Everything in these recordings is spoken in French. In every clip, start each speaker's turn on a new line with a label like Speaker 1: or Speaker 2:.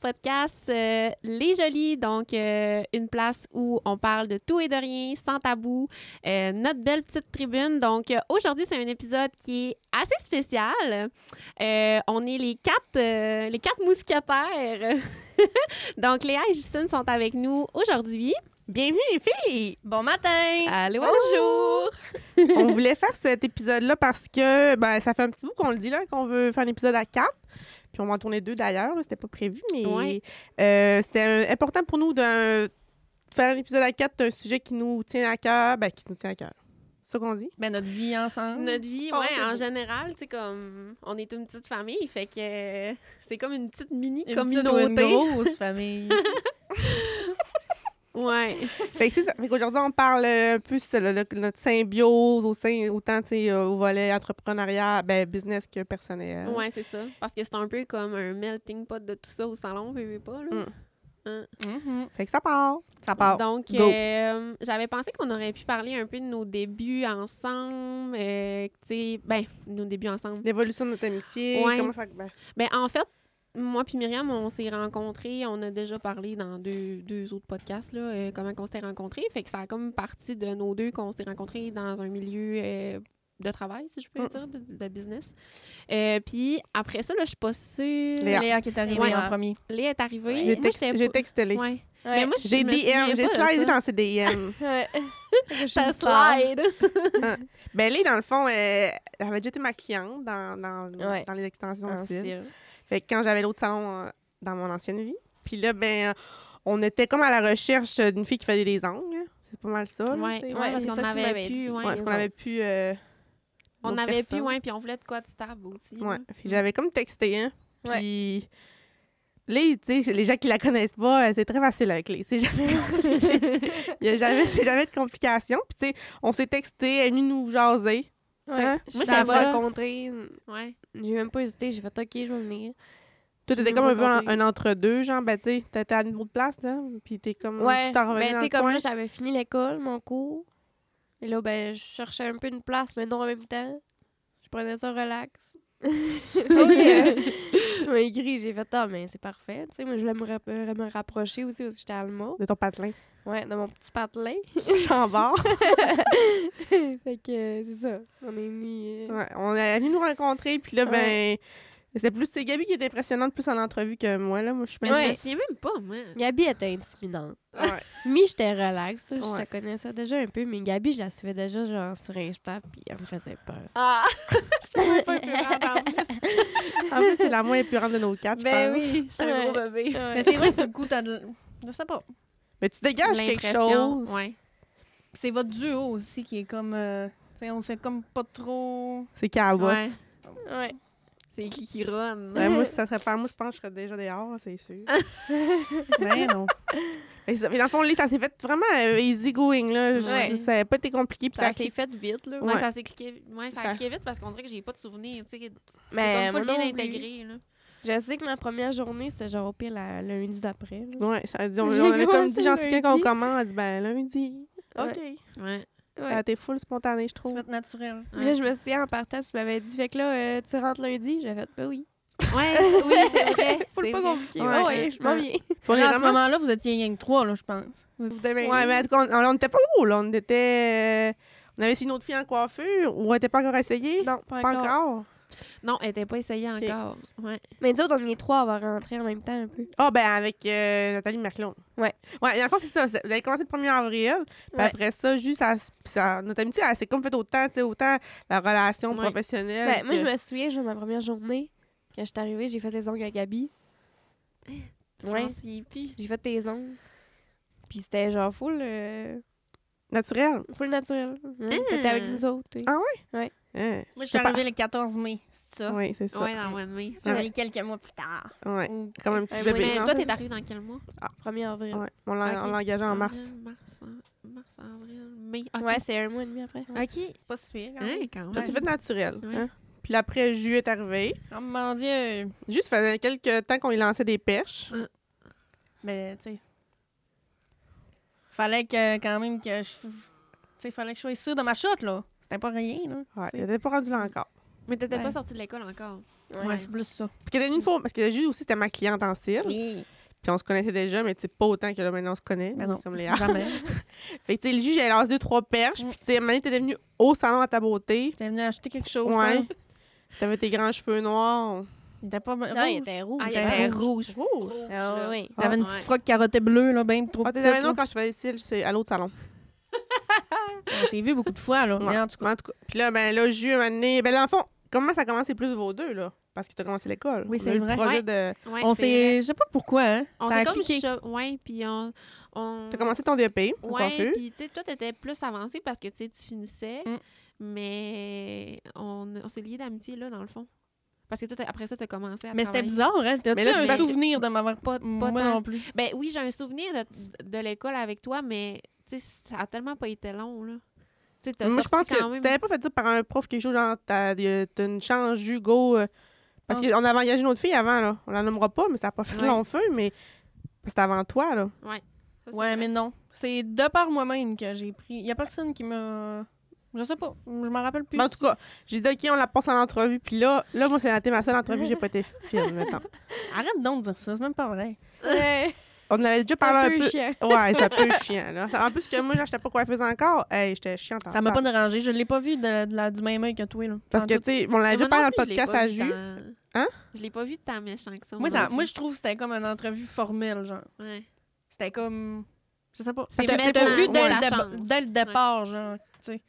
Speaker 1: podcast euh, Les Jolies, donc euh, une place où on parle de tout et de rien, sans tabou, euh, notre belle petite tribune. Donc euh, aujourd'hui, c'est un épisode qui est assez spécial. Euh, on est les quatre, euh, les quatre mousquetaires. donc Léa et Justine sont avec nous aujourd'hui.
Speaker 2: Bienvenue les filles!
Speaker 3: Bon matin!
Speaker 1: Allô, bonjour!
Speaker 2: On voulait faire cet épisode-là parce que ben, ça fait un petit bout qu'on le dit là, qu'on veut faire un épisode à quatre. Puis on va en tourner deux d'ailleurs, là, c'était pas prévu, mais
Speaker 1: Ouais.
Speaker 2: euh, c'était euh, important pour nous de faire un épisode à quatre d'un sujet qui nous tient à cœur, ben, qui nous tient à cœur. C'est ça qu'on dit?
Speaker 3: Ben, notre vie ensemble.
Speaker 1: Notre vie,
Speaker 2: Oh,
Speaker 1: ouais,
Speaker 2: c'est
Speaker 1: en
Speaker 2: beau.
Speaker 1: général, tu sais, comme on est une petite famille, fait que euh, c'est comme une petite mini
Speaker 3: Une
Speaker 1: communauté.
Speaker 3: petite ou une grosse famille.
Speaker 1: Ouais.
Speaker 2: Fait que c'est ça. Fait qu'aujourd'hui, on parle euh, un peu sur le- le- notre symbiose au sein, autant tu sais, euh, au volet entrepreneuriat, ben, business que personnel.
Speaker 1: Ouais, c'est ça. Parce que c'est un peu comme un melting pot de tout ça au salon, veux, veux pas, là.
Speaker 2: Mm.
Speaker 1: Mm-hmm.
Speaker 3: Mhm.
Speaker 2: Fait que ça part. Ça part.
Speaker 1: Donc,
Speaker 2: Go.
Speaker 1: euh, j'avais pensé qu'on aurait pu parler un peu de nos débuts ensemble, euh, tu sais, ben, nos débuts ensemble.
Speaker 2: L'évolution de notre amitié,
Speaker 1: Ouais.
Speaker 2: comment ça... ben,
Speaker 1: Ben, en fait, moi puis Myriam, on s'est rencontrés, on a déjà parlé dans deux, deux autres podcasts, là, euh, comment on s'est rencontrés. Fait que ça a comme partie de nos deux qu'on s'est rencontrés dans un milieu euh, de travail, si je peux
Speaker 2: Mm.
Speaker 1: dire, de, de business. Euh, puis après ça, là, je suis pas sûre.
Speaker 2: Léa.
Speaker 3: Léa qui est arrivée
Speaker 1: Ouais.
Speaker 3: en premier.
Speaker 1: Léa est arrivée. Moi,
Speaker 3: Ouais.
Speaker 2: J'ai texte-
Speaker 1: j'étais
Speaker 2: j'ai
Speaker 1: pas-
Speaker 2: texté les.
Speaker 1: Ouais. Mais moi, je
Speaker 2: J'ai
Speaker 1: me
Speaker 2: DM,
Speaker 1: souviens
Speaker 2: j'ai
Speaker 1: pas de
Speaker 2: slidé
Speaker 1: ça.
Speaker 2: dans ses DM.
Speaker 3: Ouais.
Speaker 1: Ça slide.
Speaker 2: ben, Lé, dans le fond, euh, elle avait déjà été ma cliente dans, dans,
Speaker 3: Ouais.
Speaker 2: dans les extensions de cils.
Speaker 3: Facile.
Speaker 2: Fait que quand j'avais l'autre salon euh, dans mon ancienne vie. Puis là, ben, euh, on était comme à la recherche d'une fille qui faisait des ongles. C'est pas mal ça. là,
Speaker 1: Ouais,
Speaker 2: tu sais.
Speaker 1: ouais,
Speaker 3: ouais,
Speaker 1: parce
Speaker 3: c'est
Speaker 1: qu'on
Speaker 3: ça que tu
Speaker 1: avait
Speaker 3: m'avais
Speaker 1: pu,
Speaker 3: dit.
Speaker 1: ouais.
Speaker 2: Ouais, parce qu'on avait pu. euh,
Speaker 1: on
Speaker 2: d'autres
Speaker 1: avait pu,
Speaker 2: personnes.
Speaker 1: ouais, puis on voulait de quoi de stable aussi. hein.
Speaker 2: Ouais.
Speaker 1: là.
Speaker 2: Puis j'avais comme texté, hein.
Speaker 3: Ouais.
Speaker 2: Puis. Lé, tu sais, les gens qui la connaissent pas, euh, c'est très facile avec Lé. C'est jamais compliqué. Il y a jamais, c'est jamais de complications. Puis, tu sais, on s'est texté, elle est venue nous jaser.
Speaker 4: Ouais.
Speaker 2: Hein?
Speaker 4: Je
Speaker 1: Moi,
Speaker 4: suis allée
Speaker 1: j'étais là.
Speaker 4: me rencontrer.
Speaker 1: Ouais.
Speaker 4: J'ai même pas hésité. J'ai fait OK, je vais venir.
Speaker 2: Toi, t'étais
Speaker 4: Je
Speaker 2: comme
Speaker 4: vais
Speaker 2: un peu
Speaker 4: raconter.
Speaker 2: en- un entre-deux, genre, ben, tu sais, t'étais à une autre place, là, puis t'es comme,
Speaker 4: Ouais.
Speaker 2: Mm, tu t'en revenais
Speaker 4: Ben, tu
Speaker 2: dans le
Speaker 4: sais, comme
Speaker 2: coin.
Speaker 4: là, j'avais fini l'école, mon cours. Et là, ben, je cherchais un peu une place, mais non en même temps. Je prenais ça relax.
Speaker 3: Oh,
Speaker 4: Oh, tu m'as écrit, j'ai fait Ah, mais c'est parfait. Tu sais, moi, je voulais me, rap- euh, me rapprocher aussi, aussi j'étais à Alma.
Speaker 2: De ton patelin.
Speaker 4: Ouais, dans mon petit patelin.
Speaker 2: J'en barre.
Speaker 4: fait que euh, c'est ça. On est venus. euh,
Speaker 2: Ouais, on est venu nous rencontrer, puis là, ben, c'est plus, c'est Gabi qui est impressionnante plus en entrevue que moi, là. Moi, je suis
Speaker 1: Mais
Speaker 2: pas-
Speaker 1: je me
Speaker 4: Ouais.
Speaker 1: souviens même pas, moi.
Speaker 4: Gabi était intimidante.
Speaker 2: Ouais.
Speaker 4: Mi, j'étais relax. Je
Speaker 2: Ouais.
Speaker 4: la connaissais déjà un peu, mais Gabi, je la suivais déjà genre sur Insta, puis elle me faisait peur.
Speaker 2: Ah! je trouvais pas épurante, en plus. en plus, c'est la moins épurante de nos quatre,
Speaker 4: Ben
Speaker 2: je pense.
Speaker 1: oui, j'étais un gros bébé.
Speaker 3: Ben Mais c'est vrai que sur le coup, t'as de... Je sais pas.
Speaker 2: Mais tu dégages quelque
Speaker 1: L'impression,
Speaker 2: chose.
Speaker 1: ouais.
Speaker 3: C'est votre duo aussi qui est comme... euh, tu sais, on sait comme pas trop...
Speaker 2: C'est qu'à la bosse.
Speaker 1: Ouais.
Speaker 4: Ouais.
Speaker 1: C'est qui qui run.
Speaker 2: Ouais, Ben, moi, si ça serait pas moi, je pense que je serais déjà dehors, là, c'est sûr.
Speaker 3: Ben non.
Speaker 2: Mais ça- mais dans le fond, Lé, ça s'est fait vraiment euh, easy going, là. Je-
Speaker 3: Ouais.
Speaker 2: Ça n'a pas été compliqué, puis ça,
Speaker 4: Ça s'est fait vite, là.
Speaker 1: Ouais,
Speaker 2: ouais.
Speaker 1: ça s'est cliqué, ouais, ça a
Speaker 2: Ça-
Speaker 1: cliqué vite parce qu'on dirait que j'ai pas de souvenirs, tu sais. que C'est
Speaker 4: Mais
Speaker 1: comme
Speaker 4: moi
Speaker 1: full bien
Speaker 4: non plus.
Speaker 1: intégré, là.
Speaker 4: Je sais que ma première journée, c'était genre au pire la lundi d'après. là.
Speaker 2: Ouais, ça a dit, on,
Speaker 4: J'ai
Speaker 2: on avait comme
Speaker 4: commencé
Speaker 2: dit, j'en sais quand on
Speaker 4: lundi.
Speaker 2: commence, elle dit, ben lundi.
Speaker 4: Ouais.
Speaker 2: OK.
Speaker 1: Ouais.
Speaker 2: Ça a
Speaker 4: Ouais.
Speaker 2: été full spontané, je
Speaker 3: Ça
Speaker 2: trouve.
Speaker 3: va être naturel.
Speaker 4: Là, je me souviens en partant, tu m'avais dit, fait que là, euh, tu rentres lundi. J'ai fait, ben oui.
Speaker 1: Ouais, oui, c'est vrai.
Speaker 4: Faut le
Speaker 1: c'est
Speaker 4: pas
Speaker 1: vrai.
Speaker 4: compliqué.
Speaker 2: Ouais.
Speaker 4: Ouais, ouais, je m'en
Speaker 2: Ouais.
Speaker 4: viens.
Speaker 2: Puis on est
Speaker 3: Là, à ce
Speaker 2: vraiment-
Speaker 3: moment-là, vous étiez rien que trois, là, je pense.
Speaker 4: Vous devez
Speaker 2: Ouais, mais en tout cas, on- on n'était pas gros, là. On était. euh, On avait essayé une autre fille en coiffure ou on n'était pas encore essayé?
Speaker 4: Non, pas
Speaker 2: pas
Speaker 4: encore.
Speaker 2: encore.
Speaker 1: Non, elle était pas essayée encore. Ouais.
Speaker 4: Mais nous autres, on est trois, on va rentrer en même temps un peu.
Speaker 2: Ah, ben avec euh, Nathalie Merclon.
Speaker 4: Ouais.
Speaker 2: Ouais, dans le fond, c'est ça. c'est- Vous avez commencé le 1er avril. Puis
Speaker 4: Ouais.
Speaker 2: après ça, juste, ça- ça- notre amitié, elle s'est comme fait autant, tu sais, autant la relation
Speaker 1: Ouais.
Speaker 2: professionnelle.
Speaker 4: Ben, moi,
Speaker 2: que-
Speaker 4: je me souviens, genre, ma première journée, quand je suis arrivée, j'ai fait les ongles à Gabi.
Speaker 1: Je
Speaker 4: Ouais.
Speaker 1: m'en souviens plus.
Speaker 4: J'ai fait tes ongles. Puis c'était genre full, euh,
Speaker 2: Naturelle.
Speaker 4: full naturel. Hein?
Speaker 1: Hein?
Speaker 4: T'étais avec nous autres. t'sais.
Speaker 2: Ah. Hein.
Speaker 3: Moi, je
Speaker 2: sais
Speaker 3: suis
Speaker 2: pas.
Speaker 3: arrivée le 14 mai, c'est ça.
Speaker 2: Oui, c'est ça.
Speaker 1: Ouais, dans One Way.
Speaker 3: J'en ai quelques mois plus tard.
Speaker 2: Ouais.
Speaker 3: Ou-
Speaker 2: Comme un petit
Speaker 4: Ouais,
Speaker 2: bébé.
Speaker 1: Mais
Speaker 2: Non,
Speaker 1: toi,
Speaker 2: c'est-
Speaker 1: t'es arrivée dans quel mois?
Speaker 4: 1er avril.
Speaker 2: Ouais, on l'a
Speaker 1: Ok.
Speaker 2: on l'a engagé en mars.
Speaker 1: Avril, Mars, en- mars, avril, mai. ok.
Speaker 4: Ouais, c'est un mois et demi après.
Speaker 1: OK.
Speaker 3: C'est pas si pire, quand même.
Speaker 1: Hein, quand
Speaker 2: Ça
Speaker 1: même.
Speaker 2: s'est fait naturel.
Speaker 1: Ouais.
Speaker 2: hein. Puis là, après, Jus est arrivé.
Speaker 3: Oh mon Dieu!
Speaker 2: Juste, ça faisait quelques temps qu'on lui lançait des perches.
Speaker 3: Mais, tu sais. Fallait que, quand même, que je. Tu sais, fallait que je sois sûre de ma chute, là. C'était pas rien, là.
Speaker 2: Ouais, il n'était pas rendu là encore.
Speaker 1: Mais t'étais
Speaker 3: Ouais.
Speaker 1: pas sortie de l'école encore.
Speaker 3: Ouais, c'est plus ça.
Speaker 2: Parce qu'elle était venue une fois, parce que Julie aussi, c'était ma cliente en cire.
Speaker 1: Oui.
Speaker 2: Puis on se connaissait déjà, mais tu sais, pas autant que là, maintenant on se connaît.
Speaker 3: Ben non.
Speaker 2: Comme les
Speaker 3: Jamais.
Speaker 2: Fait que, tu sais, le juge, elle lance deux, trois perches.
Speaker 3: Mm.
Speaker 2: Puis, tu sais, Mané, t'étais venue au salon à ta beauté.
Speaker 3: J'étais venu acheter quelque chose.
Speaker 2: Ouais.
Speaker 3: hein.
Speaker 2: T'avais tes grands cheveux noirs.
Speaker 3: Il était pas.
Speaker 4: Non, il
Speaker 3: rouge.
Speaker 4: était rouge.
Speaker 1: Ah, il
Speaker 3: était
Speaker 1: était
Speaker 3: rouge.
Speaker 1: rouge.
Speaker 2: Rouge.
Speaker 4: Ah,
Speaker 1: Oh, là.
Speaker 4: oui.
Speaker 3: J'avais une
Speaker 1: Ouais.
Speaker 3: petite froque carottée bleue, là, ben trop
Speaker 2: Ah, t'es
Speaker 3: petite.
Speaker 2: avais non
Speaker 3: là.
Speaker 2: quand je faisais le cils, c'est à l'autre salon.
Speaker 3: On s'est vu beaucoup de fois, là. Mais en tout cas.
Speaker 2: En tout cas. Puis là, ben là, Jus, Mané. Ben là, en fond, comment ça a commencé plus vos deux, là? Parce que t'as commencé l'école.
Speaker 3: Oui,
Speaker 2: On a
Speaker 3: c'est
Speaker 2: eu
Speaker 3: vrai.
Speaker 2: Le projet de...
Speaker 1: Ouais,
Speaker 3: on
Speaker 1: c'est
Speaker 3: s'est.
Speaker 1: vrai.
Speaker 3: Je sais pas pourquoi, hein.
Speaker 1: On
Speaker 3: ça
Speaker 1: s'est
Speaker 3: a
Speaker 1: comme
Speaker 3: cliqué.
Speaker 1: cho- Ouais, puis on. on...
Speaker 2: T'as commencé ton DEP, au
Speaker 1: Ouais,
Speaker 2: confus.
Speaker 1: puis tu sais, toi, t'étais plus avancée parce que tu sais, tu finissais,
Speaker 3: Mm.
Speaker 1: mais on, on s'est liés d'amitié, là, dans le fond. Parce que toi, t'as- après ça, t'as commencé à
Speaker 3: Mais c'était
Speaker 1: travailler.
Speaker 3: bizarre, hein.
Speaker 2: Mais
Speaker 3: T'as-tu
Speaker 2: là, c'est
Speaker 3: un
Speaker 2: parce que-
Speaker 3: souvenir de m'avoir pas. Moi
Speaker 1: tant.
Speaker 3: non plus.
Speaker 1: Ben oui, j'ai un souvenir de, de l'école avec toi, mais tu sais, ça a tellement pas été long, là. Tu sais, t'as
Speaker 2: Moi,
Speaker 1: sorti
Speaker 2: je pense
Speaker 1: quand
Speaker 2: que tu
Speaker 1: même...
Speaker 2: t'avais pas fait dire par un prof quelque chose, genre, t'as euh, t'as une chance, Hugo. euh, parce
Speaker 3: Non,
Speaker 2: qu'on avait engagé une autre fille avant, là. On la nommera pas, mais ça a pas fait
Speaker 1: Ah. Ouais.
Speaker 2: long feu, mais c'était avant toi, là.
Speaker 1: Ça, c'est
Speaker 3: Ouais,
Speaker 1: vrai.
Speaker 3: mais non. C'est de par moi-même que j'ai pris. Il y a personne qui m'a. Je sais pas. Je m'en rappelle plus.
Speaker 2: Mais en tout cas, j'ai dit, OK, on la passe en entrevue. Puis là, là moi, c'est ma seule entrevue, j'ai pas été film, mettons.
Speaker 3: Arrête donc de dire ça, c'est même pas vrai.
Speaker 4: Ouais.
Speaker 2: On avait déjà
Speaker 4: un
Speaker 2: parlé
Speaker 4: peu,
Speaker 2: un peu.
Speaker 4: chiant.
Speaker 2: Ouais, c'est un peu chiant, là. Ça- En plus que moi, j'achetais pas coiffeuse encore. Hey, j'étais chiante en
Speaker 3: Ça m'a pas
Speaker 2: tabarnak.
Speaker 3: dérangé. Je l'ai pas vu de, de la, du même œil que toi. Là.
Speaker 2: Ah, Parce
Speaker 3: En
Speaker 2: que,
Speaker 3: tout.
Speaker 2: tu sais, on l'a
Speaker 1: Mais
Speaker 2: déjà
Speaker 1: moi
Speaker 2: parlé
Speaker 1: non
Speaker 2: Ben, dans
Speaker 1: plus,
Speaker 2: le
Speaker 1: je l'ai
Speaker 2: podcast
Speaker 1: pas
Speaker 2: à
Speaker 1: vu
Speaker 2: Jus.
Speaker 1: tant-
Speaker 2: Hein?
Speaker 1: Je l'ai pas vu tant méchant que ça.
Speaker 3: moi, ça-
Speaker 1: non
Speaker 3: moi,
Speaker 1: plus.
Speaker 3: je trouve que c'était comme une entrevue formelle. genre.
Speaker 1: Ouais.
Speaker 3: C'était comme. Je sais pas.
Speaker 1: C'est
Speaker 3: Parce que
Speaker 1: maintenant,
Speaker 3: t'as vu
Speaker 1: on
Speaker 3: dès,
Speaker 1: a
Speaker 3: le
Speaker 1: la
Speaker 3: déba-
Speaker 1: chance.
Speaker 3: dès le départ, genre, tu sais,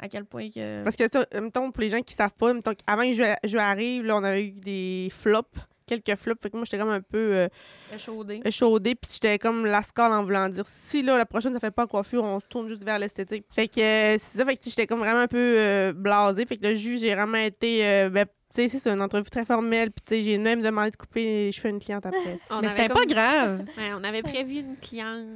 Speaker 3: à quel point que.
Speaker 2: Parce que, t'as- mettons, pour les gens qui savent pas, mettons, avant que je, je arrive, là, on avait eu des flops, quelques flops. Fait que moi, j'étais comme un peu euh,
Speaker 3: Échaudé.
Speaker 2: échaudée, puis j'étais comme lascale en voulant dire si là, la prochaine, ça fait pas coiffure, on se tourne juste vers l'esthétique. Fait que euh, c'est ça, fait que tu sais, j'étais comme vraiment un peu euh, blasée. Fait que le juge, j'ai vraiment été. euh, ben, tu sais, c'est ça, une entrevue très formelle, puis tu sais, j'ai même demandé de couper les cheveux à une cliente après.
Speaker 1: On avait
Speaker 3: Mais c'était
Speaker 1: comme-
Speaker 3: pas grave.
Speaker 1: Ouais, on avait prévu une cliente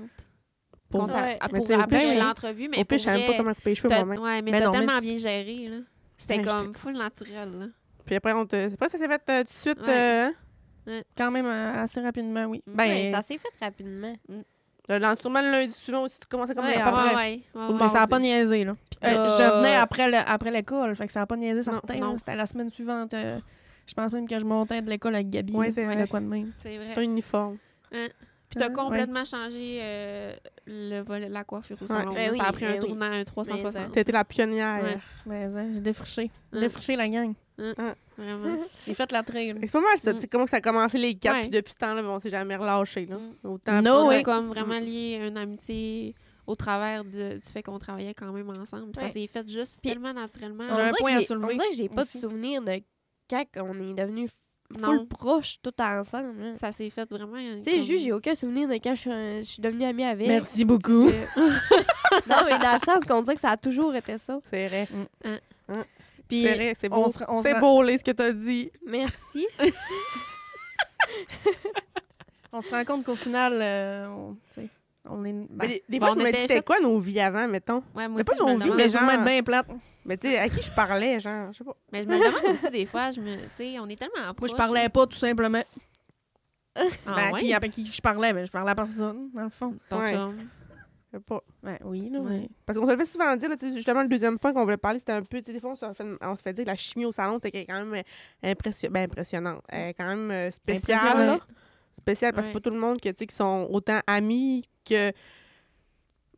Speaker 2: Pour
Speaker 1: qu'on
Speaker 4: ça.
Speaker 1: s'a-
Speaker 4: Ouais.
Speaker 1: à-
Speaker 2: Mais
Speaker 1: pour
Speaker 2: tu sais, au
Speaker 1: après
Speaker 2: pire,
Speaker 1: l'entrevue, mais
Speaker 2: Au pire,
Speaker 1: pour
Speaker 2: je savais même pas
Speaker 1: vrai,
Speaker 2: comment couper les cheveux
Speaker 1: t'as-
Speaker 2: moi-même.
Speaker 1: Ouais, mais
Speaker 3: Mais
Speaker 1: t'as
Speaker 3: non, mais
Speaker 1: tellement
Speaker 3: c'est-
Speaker 1: bien géré, là. C'était
Speaker 2: Ouais,
Speaker 1: comme
Speaker 2: j'étais-
Speaker 1: full naturel, là.
Speaker 2: Puis après, on te. C'est pas ça s'est fait euh, tout de suite.
Speaker 1: Ouais.
Speaker 2: euh, hein?
Speaker 3: Quand même euh, assez rapidement, oui.
Speaker 1: Mm.
Speaker 3: Ben,
Speaker 4: Ouais, ça s'est fait rapidement.
Speaker 2: le lendemain, sûrement le lundi suivant aussi, tu commençais comme
Speaker 4: Ouais,
Speaker 2: des
Speaker 3: à peu
Speaker 2: arbres.
Speaker 1: Ouais,
Speaker 3: près.
Speaker 1: ouais, ouais, ouais.
Speaker 2: Ou
Speaker 3: mais ça a
Speaker 2: mardi.
Speaker 3: pas niaisé, là. Euh,
Speaker 1: t'as-
Speaker 3: je venais après le- après l'école, fait que ça a pas niaisé certain.
Speaker 1: non.
Speaker 3: là. C'était la semaine suivante. euh, je pense même que je montais de l'école avec Gabi.
Speaker 2: Ouais,
Speaker 3: là,
Speaker 2: c'est
Speaker 3: de
Speaker 2: vrai.
Speaker 3: quoi de même. Hein?
Speaker 1: C'est vrai.
Speaker 2: Ton uniforme.
Speaker 1: Puis t'as
Speaker 3: Ouais.
Speaker 1: complètement changé euh, le volet, la coiffure au salon.
Speaker 2: Ouais.
Speaker 1: là.
Speaker 4: Ben
Speaker 1: ça a
Speaker 4: oui,
Speaker 1: pris
Speaker 4: ben
Speaker 1: un
Speaker 4: oui.
Speaker 1: tournant, un 360.
Speaker 2: T'étais la pionnière.
Speaker 1: Ouais.
Speaker 3: Mais hein, j'ai défriché.
Speaker 1: Hein.
Speaker 3: Défriché la gang.
Speaker 4: Mm.
Speaker 1: Vraiment.
Speaker 3: J'ai fait la trail.
Speaker 2: Et C'est pas mal ça.
Speaker 1: Mm.
Speaker 2: Tu sais comment que ça a commencé les quatre,
Speaker 1: Ouais.
Speaker 2: puis depuis ce temps-là, ben, on s'est jamais relâché. Là.
Speaker 1: Mm.
Speaker 2: Autant
Speaker 4: Oh
Speaker 3: No
Speaker 1: On
Speaker 2: pour-
Speaker 1: a
Speaker 3: way.
Speaker 1: comme vraiment lié une amitié au travers de- du fait qu'on travaillait quand même ensemble. Puis
Speaker 4: Ouais.
Speaker 1: Ça s'est fait juste
Speaker 4: Puis-
Speaker 1: tellement naturellement.
Speaker 3: J'avais un
Speaker 4: dirait que
Speaker 3: point à
Speaker 4: j'ai-
Speaker 3: soulever
Speaker 4: On dirait que j'ai pas
Speaker 3: aussi.
Speaker 4: de souvenir de quand on est devenus
Speaker 1: Non.
Speaker 4: full proches tout ensemble. là.
Speaker 1: Ça s'est fait vraiment. euh,
Speaker 4: Tu sais,
Speaker 1: comme-
Speaker 4: juste, j'ai aucun souvenir de quand je suis, je suis devenue amie avec.
Speaker 3: Merci beaucoup.
Speaker 4: non, mais dans le sens qu'on dirait que ça a toujours été ça.
Speaker 2: C'est vrai.
Speaker 3: Puis
Speaker 2: C'est vrai, c'est
Speaker 3: on
Speaker 2: beau.
Speaker 3: se- on se-
Speaker 2: C'est beau, Lé, ce que t'as dit.
Speaker 4: Merci.
Speaker 3: on se rend compte qu'au final, euh, on, tu sais, on est. ben,
Speaker 2: Mais des- des
Speaker 1: Bon,
Speaker 2: fois,
Speaker 1: on
Speaker 2: je me
Speaker 1: était
Speaker 2: dis, c'était
Speaker 1: fait-
Speaker 2: quoi nos vies avant, mettons?
Speaker 1: Ouais, moi
Speaker 2: C'est pas
Speaker 1: aussi, je me
Speaker 2: nos vies,
Speaker 1: demande.
Speaker 2: mais
Speaker 3: les
Speaker 1: Mais,
Speaker 2: genre-
Speaker 3: journées de bain plates.
Speaker 2: Mais tu sais, à qui je parlais, genre, je sais pas.
Speaker 1: je me demande aussi des fois, je me, tu sais, on est tellement
Speaker 3: Moi, je
Speaker 1: proches.
Speaker 3: parlais pas, tout simplement.
Speaker 1: Ah
Speaker 3: Ben, à
Speaker 1: ouais?
Speaker 3: qui, à qui je parlais? Ben, je parlais à personne, dans le fond.
Speaker 1: Ton
Speaker 2: Ouais.
Speaker 1: chum.
Speaker 2: Je sais pas.
Speaker 3: Ben, oui, là,
Speaker 1: Ouais.
Speaker 3: mais-
Speaker 2: Parce qu'on se le fait souvent dire, là, tu sais, justement, le deuxième point qu'on voulait parler, c'était un peu, tu sais, des fois, on se fait, on se fait dire que la chimie au salon, c'était quand même euh, impressionnante. Ben, impressionnante. Elle est quand même euh, spéciale, là.
Speaker 3: Impressionnant.
Speaker 2: Spéciale, parce que
Speaker 1: Ouais.
Speaker 2: c'est pas tout le monde que, tu sais, qui sont autant amis que...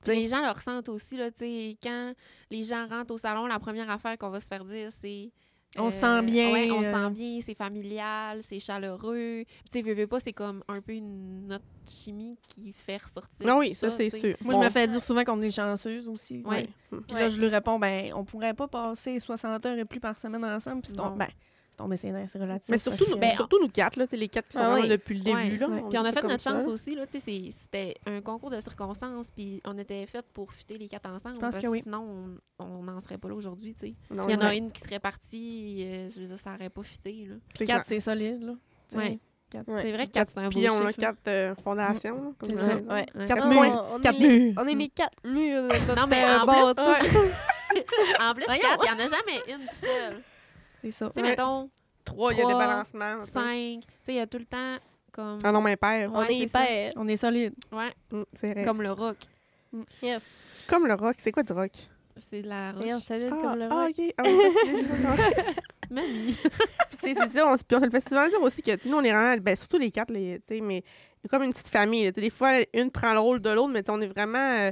Speaker 1: Puis les gens le ressentent aussi, là, tu sais, quand les gens rentrent au salon, la première affaire qu'on va se faire dire, c'est...
Speaker 3: On se sent bien,
Speaker 1: ouais, on se
Speaker 3: euh.
Speaker 1: sent bien, c'est familial, c'est chaleureux. Puis, Tu sais, veux, veux pas, c'est comme un peu une, notre chimie qui fait ressortir
Speaker 2: Non,
Speaker 1: tout
Speaker 2: oui, ça, c'est
Speaker 1: tu sais.
Speaker 2: sûr.
Speaker 3: Moi, je me fais dire souvent qu'on est chanceuse aussi. tu
Speaker 1: Ouais.
Speaker 3: sais. Puis là,
Speaker 4: Ouais.
Speaker 3: je lui réponds, ben, on pourrait pas passer 60 heures et plus par semaine ensemble. Puis c'est
Speaker 1: Non.
Speaker 3: ton- ben, c'est tombé, c'est c'est relatif.
Speaker 2: Mais surtout,
Speaker 3: parce
Speaker 2: nous,
Speaker 3: que-
Speaker 1: ben,
Speaker 2: surtout nous quatre, là, t'sais, les quatre qui sont
Speaker 4: Ah
Speaker 2: vraiment
Speaker 4: oui.
Speaker 2: depuis le début.
Speaker 1: Ouais,
Speaker 2: là,
Speaker 3: ouais.
Speaker 1: Puis on a
Speaker 2: est
Speaker 1: fait
Speaker 2: comme
Speaker 1: notre
Speaker 2: ça.
Speaker 1: chance aussi, là, tu sais, c'est- c'était un concours de circonstances, puis on était faites pour fuiter les quatre ensemble,
Speaker 3: pense
Speaker 1: parce
Speaker 3: que oui.
Speaker 1: sinon, on n'en serait pas là aujourd'hui, tu sais.
Speaker 2: Non,
Speaker 1: Il y en a
Speaker 2: ouais.
Speaker 1: une qui serait partie, euh, je veux dire, ça aurait pas fuité, là.
Speaker 3: Puis quatre, c'est solide, là. Tu sais,
Speaker 1: Ouais.
Speaker 3: quatre-
Speaker 4: Ouais.
Speaker 1: C'est vrai que
Speaker 2: Quatre
Speaker 1: quatre, c'est un beau
Speaker 2: Puis on a
Speaker 1: chiffre, Ah, là.
Speaker 2: quatre euh, fondations. là, comme
Speaker 3: C'est
Speaker 2: ça.
Speaker 3: ça.
Speaker 4: Ouais.
Speaker 1: Ouais.
Speaker 2: Quatre
Speaker 4: On-
Speaker 2: murs.
Speaker 4: on est
Speaker 2: Quatre
Speaker 4: les-
Speaker 2: murs.
Speaker 4: On est les quatre murs. Ben,
Speaker 1: Non, mais en
Speaker 4: bon,
Speaker 1: plus, En plus,
Speaker 4: Voyons.
Speaker 1: quatre, il n'y en a jamais une toute seule.
Speaker 3: C'est ça.
Speaker 1: Tu sais,
Speaker 2: Ouais.
Speaker 1: mettons,
Speaker 2: Trois, il y a des
Speaker 1: Trois,
Speaker 2: balancements. un peu.
Speaker 1: cinq. Tu sais, il y a tout le temps comme.
Speaker 2: Ah non, mais père.
Speaker 4: on
Speaker 1: Ouais,
Speaker 4: est
Speaker 1: c'est ça.
Speaker 4: hyper.
Speaker 3: On est solide.
Speaker 1: Ouais,
Speaker 2: Mm, C'est vrai. Comme...
Speaker 1: comme le rock.
Speaker 4: Yes.
Speaker 2: le rock. C'est quoi du rock?
Speaker 1: C'est de la roche.
Speaker 4: Regarde, solide
Speaker 2: ah,
Speaker 4: comme le
Speaker 2: ah,
Speaker 4: roc.
Speaker 2: ok. Ah, oui, parce que j'ai pas compris.
Speaker 1: Mamie.
Speaker 2: Puis, tu sais, c'est ça, on, se- puis on se le fait souvent dire aussi que, tu sais, nous, on est vraiment, ben, surtout les quatre, les, tu sais, mais il y a comme une petite famille. là. Tu sais, des fois, une prend le rôle de l'autre, mais tu sais, on est vraiment. euh,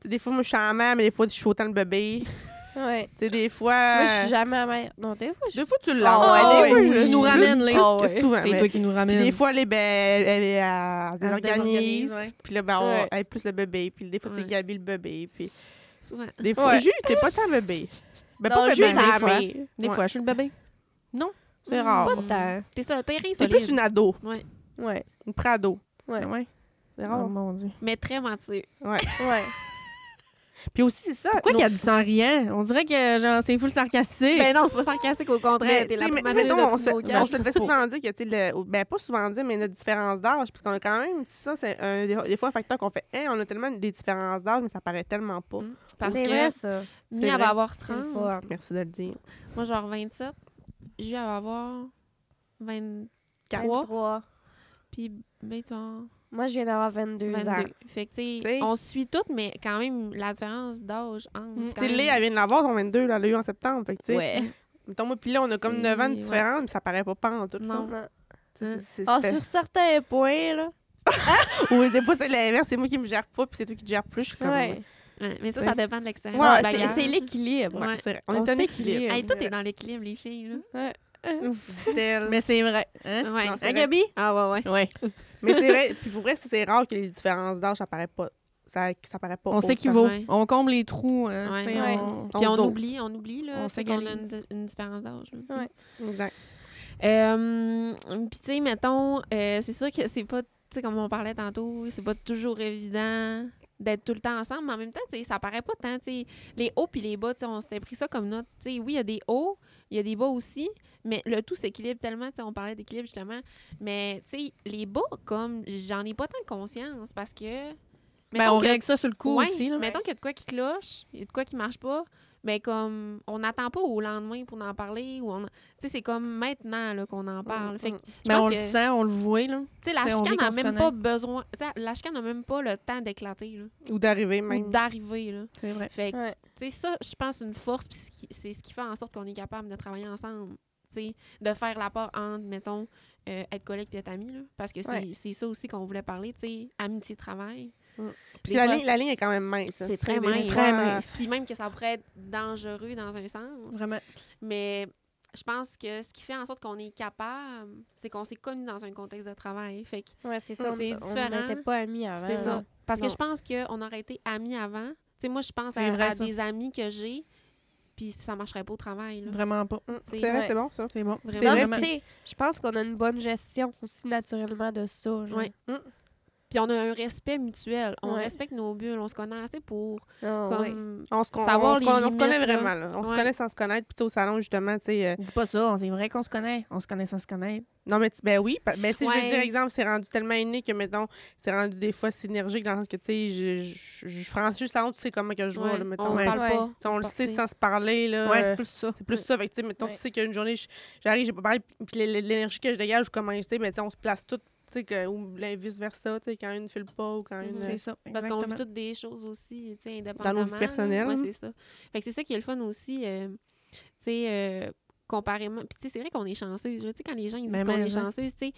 Speaker 2: tu sais, des fois, moi, je suis en mère, mais des fois, je suis autant le bébé. Tu
Speaker 4: Ouais.
Speaker 2: sais, des
Speaker 4: Moi, je
Speaker 2: fois.
Speaker 4: suis jamais amère. Non, des fois, je
Speaker 2: Deux fois, tu l'as.
Speaker 3: Oh,
Speaker 4: Ah ouais, des fois, je
Speaker 2: tu
Speaker 4: le
Speaker 2: nous
Speaker 4: suis.
Speaker 2: ramènes,
Speaker 1: là.
Speaker 2: plus
Speaker 4: Ah
Speaker 2: que
Speaker 4: ouais.
Speaker 2: souvent.
Speaker 1: C'est
Speaker 2: mais-
Speaker 1: toi qui nous
Speaker 2: Puis
Speaker 1: ramènes.
Speaker 2: des fois, elle est, ben, elle, elle est à, elle
Speaker 3: se désorganise,
Speaker 2: organise.
Speaker 3: ouais.
Speaker 2: Puis là, ben, on-
Speaker 4: Ouais.
Speaker 2: elle est plus le bébé. Puis des fois,
Speaker 1: Ouais.
Speaker 2: c'est Gabi le bébé. Puis
Speaker 1: Souvent.
Speaker 2: des fois,
Speaker 4: Ouais.
Speaker 2: Ju, t'es pas tant bébé. Ben,
Speaker 4: non,
Speaker 2: pas
Speaker 4: juste
Speaker 2: bébé, mais
Speaker 4: à
Speaker 2: des fois.
Speaker 4: amère.
Speaker 3: Des
Speaker 2: Ouais.
Speaker 3: fois, je suis le bébé.
Speaker 2: C'est rare.
Speaker 4: Pas tant.
Speaker 1: T'es ça, t'es rien
Speaker 2: C'est
Speaker 1: solide.
Speaker 2: plus une ado,
Speaker 4: Ouais.
Speaker 2: une pré-ado.
Speaker 4: Ouais.
Speaker 3: Ah ouais.
Speaker 2: C'est
Speaker 3: Oh
Speaker 2: rare.
Speaker 3: mon dieu.
Speaker 1: Mais très mentir.
Speaker 4: Ouais.
Speaker 2: Puis aussi, c'est ça.
Speaker 3: Pourquoi
Speaker 2: nos-
Speaker 3: qu'elle a dit sans rien? On dirait que genre c'est full sarcastique.
Speaker 1: Ben non, c'est pas sarcastique, au contraire.
Speaker 2: Eh. Mais,
Speaker 1: T'es
Speaker 2: tu
Speaker 1: la
Speaker 2: sais, mais,
Speaker 1: première
Speaker 2: mettons,
Speaker 1: de
Speaker 2: on
Speaker 1: tous
Speaker 2: se,
Speaker 1: nos
Speaker 2: on
Speaker 1: cages.
Speaker 2: se le fait souvent dire que, tu sais, le- ben, pas souvent dire, mais notre différence d'âge, puisqu'on a quand même, ça, c'est un, des, des fois un facteur qu'on fait, Hein, on a tellement des différences d'âge, mais ça paraît tellement pas.
Speaker 1: Mm. Parce
Speaker 4: c'est
Speaker 1: que
Speaker 4: vrai, ça.
Speaker 1: Mia
Speaker 2: c'est hein.
Speaker 1: elle
Speaker 2: vrai.
Speaker 1: va avoir
Speaker 4: C'est le
Speaker 1: 30.
Speaker 4: fun.
Speaker 2: Merci de le dire.
Speaker 1: Moi, genre 27. Ju, elle va avoir 20. Quatre.
Speaker 4: 23.
Speaker 1: Puis, ben, tu vois,
Speaker 4: Moi, je viens d'avoir 22, ans.
Speaker 1: 22. Fait que, tu sais,
Speaker 2: T'sais.
Speaker 1: on se suit toutes, mais quand même, la différence d'âge, entre,
Speaker 3: Mm.
Speaker 1: c'est quand
Speaker 2: Tu sais,
Speaker 1: même-
Speaker 2: Léa, elle vient de l'avoir, son 22, là, elle l'a eu en septembre. Fait que, tu sais,
Speaker 1: Ouais.
Speaker 2: mettons, moi, puis là, on a comme
Speaker 1: C'est-
Speaker 2: 9 ans de
Speaker 1: ouais.
Speaker 2: différence, mais ça paraît pas pas en tout. là.
Speaker 1: Non.
Speaker 4: Non.
Speaker 2: C'est- c'est-
Speaker 4: Ah,
Speaker 2: c'est-
Speaker 4: sur certains points, là.
Speaker 2: Ou des fois, c'est l'inverse, c'est moi qui me gère pas, puis c'est toi qui te gères plus. Je suis comme.
Speaker 4: Ouais.
Speaker 1: Ouais, Mais ça, ça dépend de l'expérience.
Speaker 2: Ouais,
Speaker 1: du
Speaker 4: C'est-
Speaker 1: bagage.
Speaker 4: c'est l'équilibre.
Speaker 2: Ouais,
Speaker 1: Ouais.
Speaker 2: c'est vrai. On,
Speaker 4: On
Speaker 2: est un
Speaker 4: sait qu'il
Speaker 2: équilibre.
Speaker 4: est-
Speaker 1: Hey, tout est dans l'équilibre, les filles. Là.
Speaker 2: Tel.
Speaker 3: Mais c'est vrai. Hein?
Speaker 1: Ouais.
Speaker 2: Non, c'est
Speaker 3: Hein,
Speaker 2: vrai.
Speaker 3: Gabi?
Speaker 1: Ah, ouais, ouais.
Speaker 3: Ouais.
Speaker 2: Mais c'est vrai, puis pour vrai, c'est- c'est rare que les différences d'âge, ça paraît pas. Ça, ça paraît pas.
Speaker 3: On sait
Speaker 2: autant.
Speaker 3: qu'il vaut.
Speaker 1: Ouais.
Speaker 3: On comble les trous. hein,
Speaker 1: Ouais.
Speaker 3: tu sais,
Speaker 4: Ouais.
Speaker 3: on-
Speaker 1: Puis
Speaker 2: On
Speaker 1: on
Speaker 2: dose.
Speaker 1: oublie, on oublie, là,
Speaker 3: On
Speaker 1: c'est qu'on a
Speaker 3: s'égalise.
Speaker 1: une, une différence d'âge. là, tu sais.
Speaker 4: Ouais.
Speaker 2: Exact.
Speaker 1: Euh, Puis, tu sais, mettons, euh, c'est sûr que c'est pas, tu sais, comme on parlait tantôt, c'est pas toujours évident d'être tout le temps ensemble, mais en même temps, tu sais, ça paraît pas tant, tu sais, les hauts puis les bas, tu sais, on s'était pris ça comme notre, tu sais, oui, il y a des hauts, il y a des bas aussi, mais le tout s'équilibre tellement, tu sais, on parlait d'équilibre justement, mais, tu sais, les bas, comme, j'en ai pas tant conscience parce que...
Speaker 3: Ben, on
Speaker 1: mettons que-
Speaker 3: règle ça sur le coup
Speaker 1: Ouais,
Speaker 3: aussi. Là.
Speaker 1: Mettons qu'il y a de quoi qui cloche, il y a de quoi qui marche pas, mais comme on n'attend pas au lendemain pour en parler ou on tu sais c'est comme maintenant là, qu'on en parle. Fait que je
Speaker 3: Mais
Speaker 1: pense
Speaker 3: Mm, Ben, on le
Speaker 1: que-
Speaker 3: sent, on le voit. Là.
Speaker 1: tu sais la
Speaker 3: T'sais, on vit
Speaker 1: chicane n'a
Speaker 3: qu'on se
Speaker 1: même
Speaker 3: connaît.
Speaker 1: pas besoin, tu sais, la chicane n'a même pas le temps d'éclater là,
Speaker 2: Ou d'arriver
Speaker 1: ou
Speaker 2: même.
Speaker 1: d'arriver là.
Speaker 3: C'est vrai.
Speaker 1: Fait que,
Speaker 4: Ouais.
Speaker 1: tu sais, ça, je pense, une force, puis ce qui- c'est ce qui fait en sorte qu'on est capable de travailler ensemble, tu sais, de faire la part entre, mettons, euh, être collègue puis être ami, là, parce que c'est
Speaker 4: Ouais.
Speaker 1: c'est ça aussi qu'on voulait parler, tu sais, amitié-travail.
Speaker 2: Mm.
Speaker 1: Des
Speaker 2: Puis la,
Speaker 1: fois,
Speaker 2: ligne, la ligne est quand même mince. hein.
Speaker 1: c'est
Speaker 2: Tu
Speaker 1: très
Speaker 2: sais, des
Speaker 1: mince.
Speaker 2: fois,
Speaker 3: Très mince.
Speaker 1: Puis même que ça pourrait être dangereux dans un sens.
Speaker 3: Vraiment.
Speaker 1: Mais je pense que ce qui fait en sorte qu'on est capable, c'est qu'on s'est connus dans un contexte de travail. Fait que
Speaker 4: Ouais, c'est ça. on-
Speaker 1: C'est
Speaker 4: On
Speaker 1: différent.
Speaker 4: n'était pas amis avant.
Speaker 1: c'est ça.
Speaker 4: là.
Speaker 1: Parce
Speaker 4: Ah Non.
Speaker 1: que je pense qu'on aurait été amis avant. Tu sais, moi, je pense
Speaker 3: C'est
Speaker 1: à,
Speaker 3: vrai,
Speaker 1: à
Speaker 3: ça.
Speaker 1: des amis que j'ai, puis ça marcherait pas au travail. là.
Speaker 3: Vraiment pas.
Speaker 2: Mm,
Speaker 1: C'est
Speaker 2: C'est vrai,
Speaker 4: vrai.
Speaker 2: c'est bon, ça.
Speaker 3: C'est bon.
Speaker 1: Vraiment.
Speaker 2: C'est
Speaker 4: Non,
Speaker 2: vrai,
Speaker 4: mais tu sais, je pense qu'on a une bonne gestion aussi naturellement de ça. genre.
Speaker 1: Ouais.
Speaker 2: Mm.
Speaker 1: Puis on a un respect mutuel. On
Speaker 4: Ouais.
Speaker 1: respecte nos bulles. On se connaît assez pour
Speaker 4: Ah, ouais.
Speaker 1: comme,
Speaker 2: On se, con-
Speaker 1: Savoir
Speaker 2: on se
Speaker 1: les
Speaker 2: con- on se
Speaker 1: limites,
Speaker 2: connaît
Speaker 1: là.
Speaker 2: vraiment. Là. On se
Speaker 1: Ouais.
Speaker 2: connaît sans se connaître. Puis tu sais, au salon, justement, tu sais. euh,
Speaker 3: Dis pas ça, c'est vrai qu'on se connaît. On se connaît sans se connaître.
Speaker 2: Non, mais tu- ben oui. pa- Ben, tu sais, je
Speaker 1: Ouais.
Speaker 2: veux dire, exemple, c'est rendu tellement unique que, mettons, c'est rendu des fois synergique dans le sens que, tu sais, je, je, je franchis le salon, tu sais comment que je vois,
Speaker 1: ouais,
Speaker 2: là,
Speaker 1: on se
Speaker 2: mettons. Tu
Speaker 3: Ouais.
Speaker 1: parle pas.
Speaker 4: Ouais.
Speaker 2: sais, on le
Speaker 1: se
Speaker 2: sait
Speaker 1: parle-
Speaker 2: sans se parler, là.
Speaker 3: ouais,
Speaker 2: euh,
Speaker 3: c'est plus ça.
Speaker 2: c'est plus ça. Fait que, tu sais, mettons,
Speaker 4: Ouais.
Speaker 2: tu sais qu'une journée, je- j'arrive, j'ai pas parlé, puis l'é- l'é- l'énergie que je dégage, ou comment je sais, mais tu sais, on se place toutes, tu sais, que- ou vice-versa, tu sais, quand une ne file pas ou quand une.
Speaker 1: Mhm.
Speaker 2: euh,
Speaker 3: C'est ça.
Speaker 1: Parce qu'on vit
Speaker 3: exactement.
Speaker 1: toutes des choses aussi, tu sais,
Speaker 2: Dans
Speaker 1: indépendamment.
Speaker 2: nos vies personnelles.
Speaker 1: Oui, c'est ça. Fait que c'est ça qui est le fun aussi, euh, tu sais, euh, comparément. Puis, tu sais, c'est vrai qu'on est chanceuse. là. Tu sais, quand les gens ils disent
Speaker 2: Ben
Speaker 3: Mais
Speaker 1: qu'on
Speaker 3: mais,
Speaker 1: est
Speaker 3: hein.
Speaker 1: chanceuse, tu sais,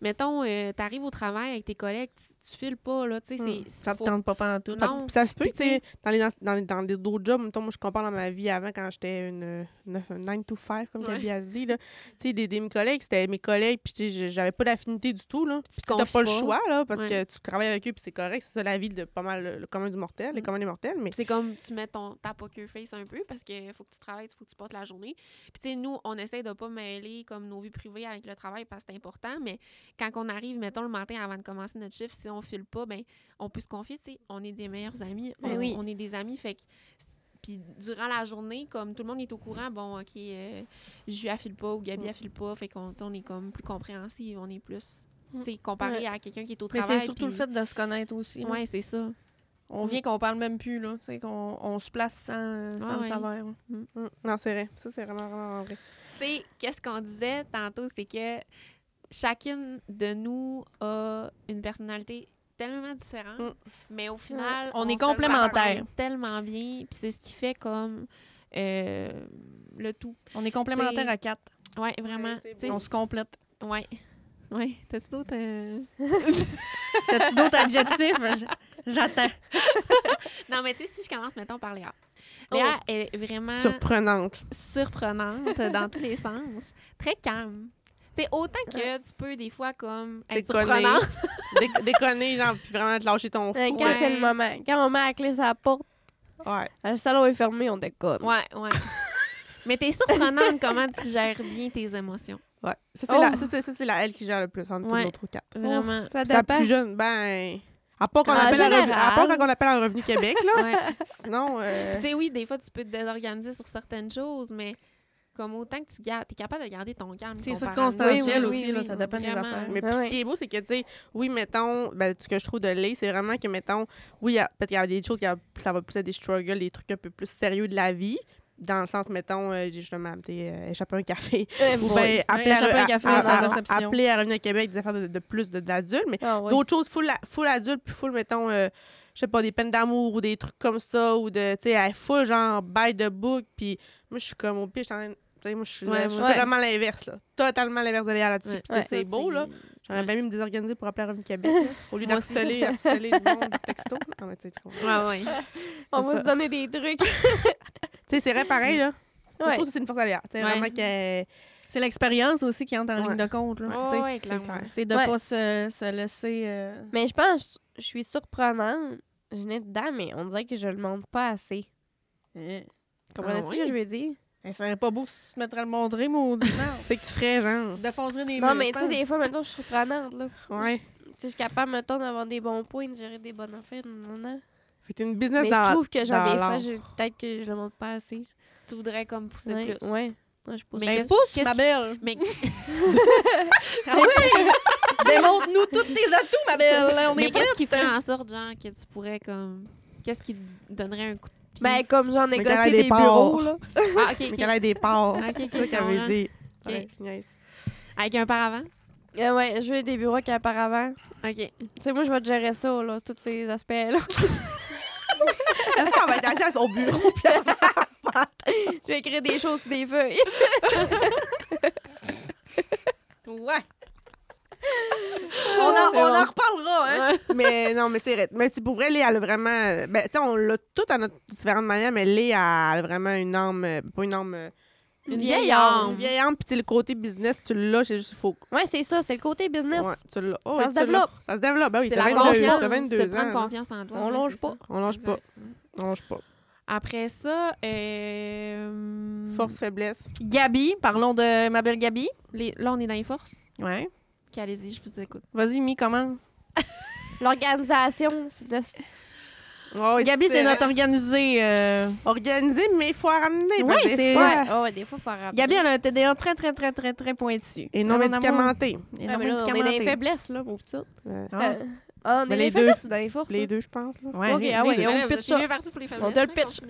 Speaker 1: mettons, euh, t'arrives au travail avec tes collègues, tu, tu files pas, là, tu sais, c'est...
Speaker 2: Hmm.
Speaker 1: c'est-
Speaker 3: Ça te
Speaker 1: faut-
Speaker 3: tente pas pantoute.
Speaker 2: Ça,
Speaker 1: Non.
Speaker 2: ça se peut,
Speaker 1: Puis
Speaker 2: tu sais, dans les, ans- dans les, dans les d'autres jobs, mettons, moi, je compare dans ma vie avant quand j'étais une 9 to 5, comme
Speaker 1: Ouais.
Speaker 2: Gabi a dit, là. Tu sais, des, des- mes collègues, c'était mes collègues, puis tu sais, je- j'avais pas d'affinité du tout, là.
Speaker 1: tu te
Speaker 2: T'as
Speaker 1: confies
Speaker 2: pas le choix, là, parce
Speaker 1: Ouais.
Speaker 2: que tu travailles avec eux, puis c'est correct. C'est ça la vie de pas mal le, le commun du mortel, les
Speaker 1: Mm.
Speaker 2: communs des mortels, mais
Speaker 1: Puis C'est comme tu mets ton, ta poker face un peu parce que faut que tu travailles, faut que tu passes la journée. Puis tu sais, nous, on essaie de pas mêler comme nos vies privées avec le travail parce que c'est important, mais quand on arrive, mettons, le matin avant de commencer notre chiffre, si on file pas, ben on peut se confier, tu sais, on est des meilleurs amis, on,
Speaker 4: Ben oui.
Speaker 1: on est des amis, fait que... Puis durant la journée, comme tout le monde est au courant, bon, OK, euh, Ju, elle file pas ou
Speaker 3: Mm.
Speaker 1: Gabi, elle file pas, fait qu'on tu sais, on est comme plus compréhensif, on est plus,
Speaker 3: Mm.
Speaker 1: tu sais, comparé
Speaker 4: Ouais.
Speaker 1: à quelqu'un qui est au
Speaker 3: Mais
Speaker 1: travail.
Speaker 3: c'est surtout le
Speaker 1: puis-
Speaker 3: fait de se connaître aussi. là.
Speaker 1: Ouais, c'est ça.
Speaker 3: On vient qu'on parle même plus, là. Tu sais, qu'on on se place sans, sans
Speaker 1: Ah
Speaker 3: le
Speaker 1: ouais.
Speaker 3: savoir.
Speaker 2: Mm. non, c'est vrai. Ça, c'est vraiment, vraiment vrai.
Speaker 1: tu sais, qu'est-ce qu'on disait tantôt, c'est que chacune de nous a une personnalité tellement différente,
Speaker 2: Mm.
Speaker 1: mais au final,
Speaker 3: On est
Speaker 1: se ressemble
Speaker 3: complémentaires.
Speaker 1: tellement bien, puis c'est ce qui fait comme euh, le tout.
Speaker 3: On est complémentaires
Speaker 1: C'est-
Speaker 3: à quatre.
Speaker 1: Oui, vraiment.
Speaker 2: c'est
Speaker 1: Tu sais,
Speaker 3: On se complète.
Speaker 1: Ouais. Ouais. T'as-tu d'autres. euh,
Speaker 3: T'as-tu d'autres adjectifs? Je- J'attends.
Speaker 1: Non, mais tu sais, si je commence, mettons, par Léa. Léa est vraiment
Speaker 2: Surprenante.
Speaker 1: surprenante dans tous les sens. Très calme. Tu sais, autant que tu peux, des fois, comme être
Speaker 2: Déconner.
Speaker 1: surprenante.
Speaker 2: Dé- déconner, genre, puis vraiment te lâcher ton fou. hein.
Speaker 4: Euh, Quand
Speaker 1: Ouais.
Speaker 4: c'est le moment. Quand on met la clé sur la porte,
Speaker 2: Ouais.
Speaker 4: le salon est fermé, on déconne.
Speaker 1: Ouais, ouais. mais t'es surprenante comment tu gères bien tes émotions.
Speaker 2: Ouais. Ça, c'est
Speaker 4: Oh.
Speaker 2: la, ça, c'est- ça, c'est la elle qui gère le plus entre
Speaker 1: Ouais. Ah,
Speaker 2: tous les autres quatre.
Speaker 1: Vraiment.
Speaker 4: Ça
Speaker 2: Ça
Speaker 4: dépend.
Speaker 2: plus jeune, ben. À part qu'on
Speaker 4: En
Speaker 2: appelle, à Revenu- à part
Speaker 4: général.
Speaker 2: quand on appelle à Revenu Québec, là.
Speaker 1: Ouais.
Speaker 2: Sinon, euh,
Speaker 1: Tu sais, oui, des fois, tu peux te désorganiser sur certaines choses, mais comme autant que tu gardes, t'es capable de garder ton calme.
Speaker 3: C'est
Speaker 1: comparé à
Speaker 3: circonstanciel
Speaker 1: nous. Oui, oui,
Speaker 3: aussi,
Speaker 1: oui,
Speaker 3: là,
Speaker 1: oui.
Speaker 3: ça dépend des
Speaker 1: Vraiment.
Speaker 3: affaires.
Speaker 2: mais
Speaker 4: Ben
Speaker 2: puis
Speaker 4: ouais.
Speaker 2: ce qui est beau, c'est que, tu sais, oui, mettons, ben, ce que je trouve de laid, c'est vraiment que, mettons, oui, il y a- peut-être qu'il y a des choses, qui a- ça va plus être des struggles, des trucs un peu plus sérieux de la vie. Dans le sens, mettons, euh, j'ai justement t'es, euh, échappé à un café.
Speaker 4: Eh,
Speaker 2: Ou
Speaker 4: boy.
Speaker 2: bien appeler,
Speaker 3: échapper à un café,
Speaker 2: à,
Speaker 4: c'est
Speaker 2: à-
Speaker 4: une
Speaker 2: à-
Speaker 3: déception.
Speaker 2: appeler à Revenu Québec des affaires de, de plus de, de l'adulte, mais
Speaker 4: Ah, ouais.
Speaker 2: d'autres choses full, a- full adulte puis full mettons euh, je sais pas des peines d'amour ou des trucs comme ça ou de tu sais elle est full genre by the book puis moi je suis comme au pire je suis en train de- tu sais, moi je suis
Speaker 1: Ouais,
Speaker 2: je suis
Speaker 4: ouais.
Speaker 2: totalement l'inverse là totalement l'inverse de Léa là-dessus
Speaker 1: Ouais.
Speaker 2: puis ça,
Speaker 4: Ouais.
Speaker 2: c'est beau là j'aurais
Speaker 1: ouais.
Speaker 2: bien même me désorganiser pour appeler à Revenu Québec là, au lieu
Speaker 1: Moi aussi.
Speaker 2: d'harceler harceler du monde par texto Ah, mais tu sais, tu comprends.
Speaker 1: Ouais, ouais.
Speaker 4: on
Speaker 2: c'est
Speaker 4: va
Speaker 2: ça.
Speaker 4: se donner des trucs.
Speaker 2: Tu sais, c'est vrai pareil là Moi, je
Speaker 4: Ouais.
Speaker 2: trouve que c'est une force à Léa tu sais
Speaker 1: Ouais.
Speaker 2: vraiment qu'elle
Speaker 3: C'est l'expérience aussi qui entre en
Speaker 2: Ouais.
Speaker 3: ligne de compte. là,
Speaker 1: Ouais,
Speaker 3: tu sais.
Speaker 1: ouais, clairement.
Speaker 2: clair.
Speaker 3: C'est de
Speaker 4: Ouais.
Speaker 3: pas se, se laisser. euh,
Speaker 4: Mais je pense, que je suis surprenante. Je n'ai dedans, mais on dirait que je le montre pas assez.
Speaker 1: Ah
Speaker 4: Comprenez-tu ce
Speaker 1: oui?
Speaker 4: que je veux dire?
Speaker 3: Eh, ça serait pas beau si tu te mettrais à le montrer, maudit. Non.
Speaker 2: c'est que tu ferais genre
Speaker 3: Défoncerais des
Speaker 4: Non,
Speaker 3: murs,
Speaker 4: mais
Speaker 3: je
Speaker 4: tu sais,
Speaker 3: pense.
Speaker 4: des fois, maintenant, je suis surprenante, là.
Speaker 2: ouais
Speaker 4: Tu sais, je suis capable, mettons, d'avoir des bons points, de gérer des bonnes affaires, non, non, non.
Speaker 2: fait que t'es une business
Speaker 4: Mais
Speaker 2: dans
Speaker 4: je trouve que, genre,
Speaker 2: dans
Speaker 4: des
Speaker 2: l'art.
Speaker 4: fois, je- peut-être que je le montre pas assez.
Speaker 1: Tu voudrais comme pousser
Speaker 4: ouais,
Speaker 1: plus.
Speaker 4: Ouais. Ouais, je pose
Speaker 1: Mais
Speaker 4: pas-
Speaker 1: qu'est-ce-
Speaker 3: Pousse,
Speaker 1: qu'est-ce
Speaker 3: ma
Speaker 1: qui-
Speaker 3: belle!
Speaker 1: Mais
Speaker 3: Ah oui! Démontre-nous tous tes atouts, ma belle! On
Speaker 1: Mais
Speaker 3: est prêts!
Speaker 1: qu'est-ce qui ferait
Speaker 2: hein.
Speaker 1: en sorte, genre, que tu pourrais, comme. Qu'est-ce qui te donnerait un coup de pied?
Speaker 4: Ben, comme j'en
Speaker 2: t'as
Speaker 4: négocie
Speaker 2: des
Speaker 4: des bureaux,
Speaker 2: parts.
Speaker 4: là.
Speaker 1: ah, ok,
Speaker 2: mais
Speaker 1: ok.
Speaker 2: qu'elle ait des parts
Speaker 1: Ok, ok,
Speaker 2: c'est ça
Speaker 1: je
Speaker 2: qu'elle
Speaker 1: comprends.
Speaker 2: avait dit
Speaker 1: Ok.
Speaker 2: Ouais, niaise.
Speaker 1: Avec un paravent?
Speaker 4: Euh, ouais, je veux des bureaux qu'apparemment.
Speaker 1: Ok.
Speaker 4: Tu sais, moi, je vais te gérer ça, là, tous ces aspects-là.
Speaker 2: La femme va être assise à son bureau, puis elle va-
Speaker 4: je vais écrire des choses sur des feuilles.
Speaker 3: Ouais! on, en,
Speaker 2: C'est
Speaker 3: on en
Speaker 2: bon.
Speaker 3: reparlera, hein?
Speaker 2: mais non, mais c'est vrai. Mais c'est pour vrai, Léa, elle a vraiment. Ben, tu sais, on l'a tout à notre différentes manières, mais Léa, elle a vraiment une âme. euh, Pas une âme. euh,
Speaker 1: Une vieille âme.
Speaker 2: Une vieille âme, puis tu sais, le côté business, tu l'as, c'est juste il faut.
Speaker 4: Ouais, c'est ça, c'est le côté business.
Speaker 2: Ouais, tu l'as. Oh,
Speaker 4: Ça
Speaker 2: oui,
Speaker 4: se
Speaker 2: tu l'as.
Speaker 4: développe.
Speaker 2: Ça se développe. Ben oui,
Speaker 1: C'est
Speaker 2: t'as
Speaker 1: la
Speaker 2: 22,
Speaker 1: confiance.
Speaker 2: t'as
Speaker 1: C'est
Speaker 2: 22
Speaker 1: prendre
Speaker 2: ans.
Speaker 1: confiance en toi.
Speaker 4: On
Speaker 1: ouais,
Speaker 4: longe
Speaker 1: c'est
Speaker 4: pas.
Speaker 1: ça.
Speaker 2: On lâche pas.
Speaker 1: Exact.
Speaker 2: On lâche pas.
Speaker 1: Après ça, euh,
Speaker 2: Force, faiblesse.
Speaker 3: Gabi, parlons de ma belle Gabi.
Speaker 1: les- là, on est dans les forces.
Speaker 3: Ouais.
Speaker 1: Ok, allez-y, je vous écoute.
Speaker 3: Vas-y, Mi, commence.
Speaker 4: L'organisation, c'est de-
Speaker 2: Oh, oui,
Speaker 3: Gabi, c'est
Speaker 2: vrai.
Speaker 3: notre organisée. euh,
Speaker 2: Organisé, mais il faut la ramener. parce
Speaker 3: Ouais,
Speaker 2: que des
Speaker 3: c'est-
Speaker 2: fois-
Speaker 4: Ah Ouais, ouais, des fois, faut en rappeler.
Speaker 3: Gabi, elle a un TDA très, très, très, très, très pointu.
Speaker 2: Et non
Speaker 3: Mon amour.
Speaker 2: médicamenté.
Speaker 3: Et
Speaker 4: Ouais,
Speaker 3: non
Speaker 4: Ah, mais là, on est dans les
Speaker 3: médicamenté.
Speaker 4: faiblesses, là, mon petit.
Speaker 2: Euh,
Speaker 3: Ah,
Speaker 4: Euh, ah, on
Speaker 2: Mais
Speaker 4: est dans
Speaker 2: les
Speaker 4: les
Speaker 2: deux.
Speaker 4: faiblesses ou dans les forces?
Speaker 2: Les
Speaker 4: là?
Speaker 2: deux, je pense. là.
Speaker 3: ouais,
Speaker 4: Ok,
Speaker 3: les-
Speaker 4: ah
Speaker 3: les
Speaker 4: ouais,
Speaker 3: deux.
Speaker 4: on
Speaker 1: Voilà, vous
Speaker 4: pitch
Speaker 1: étiez
Speaker 4: ça.
Speaker 1: bien parti pour les familles.
Speaker 4: On te le pitch.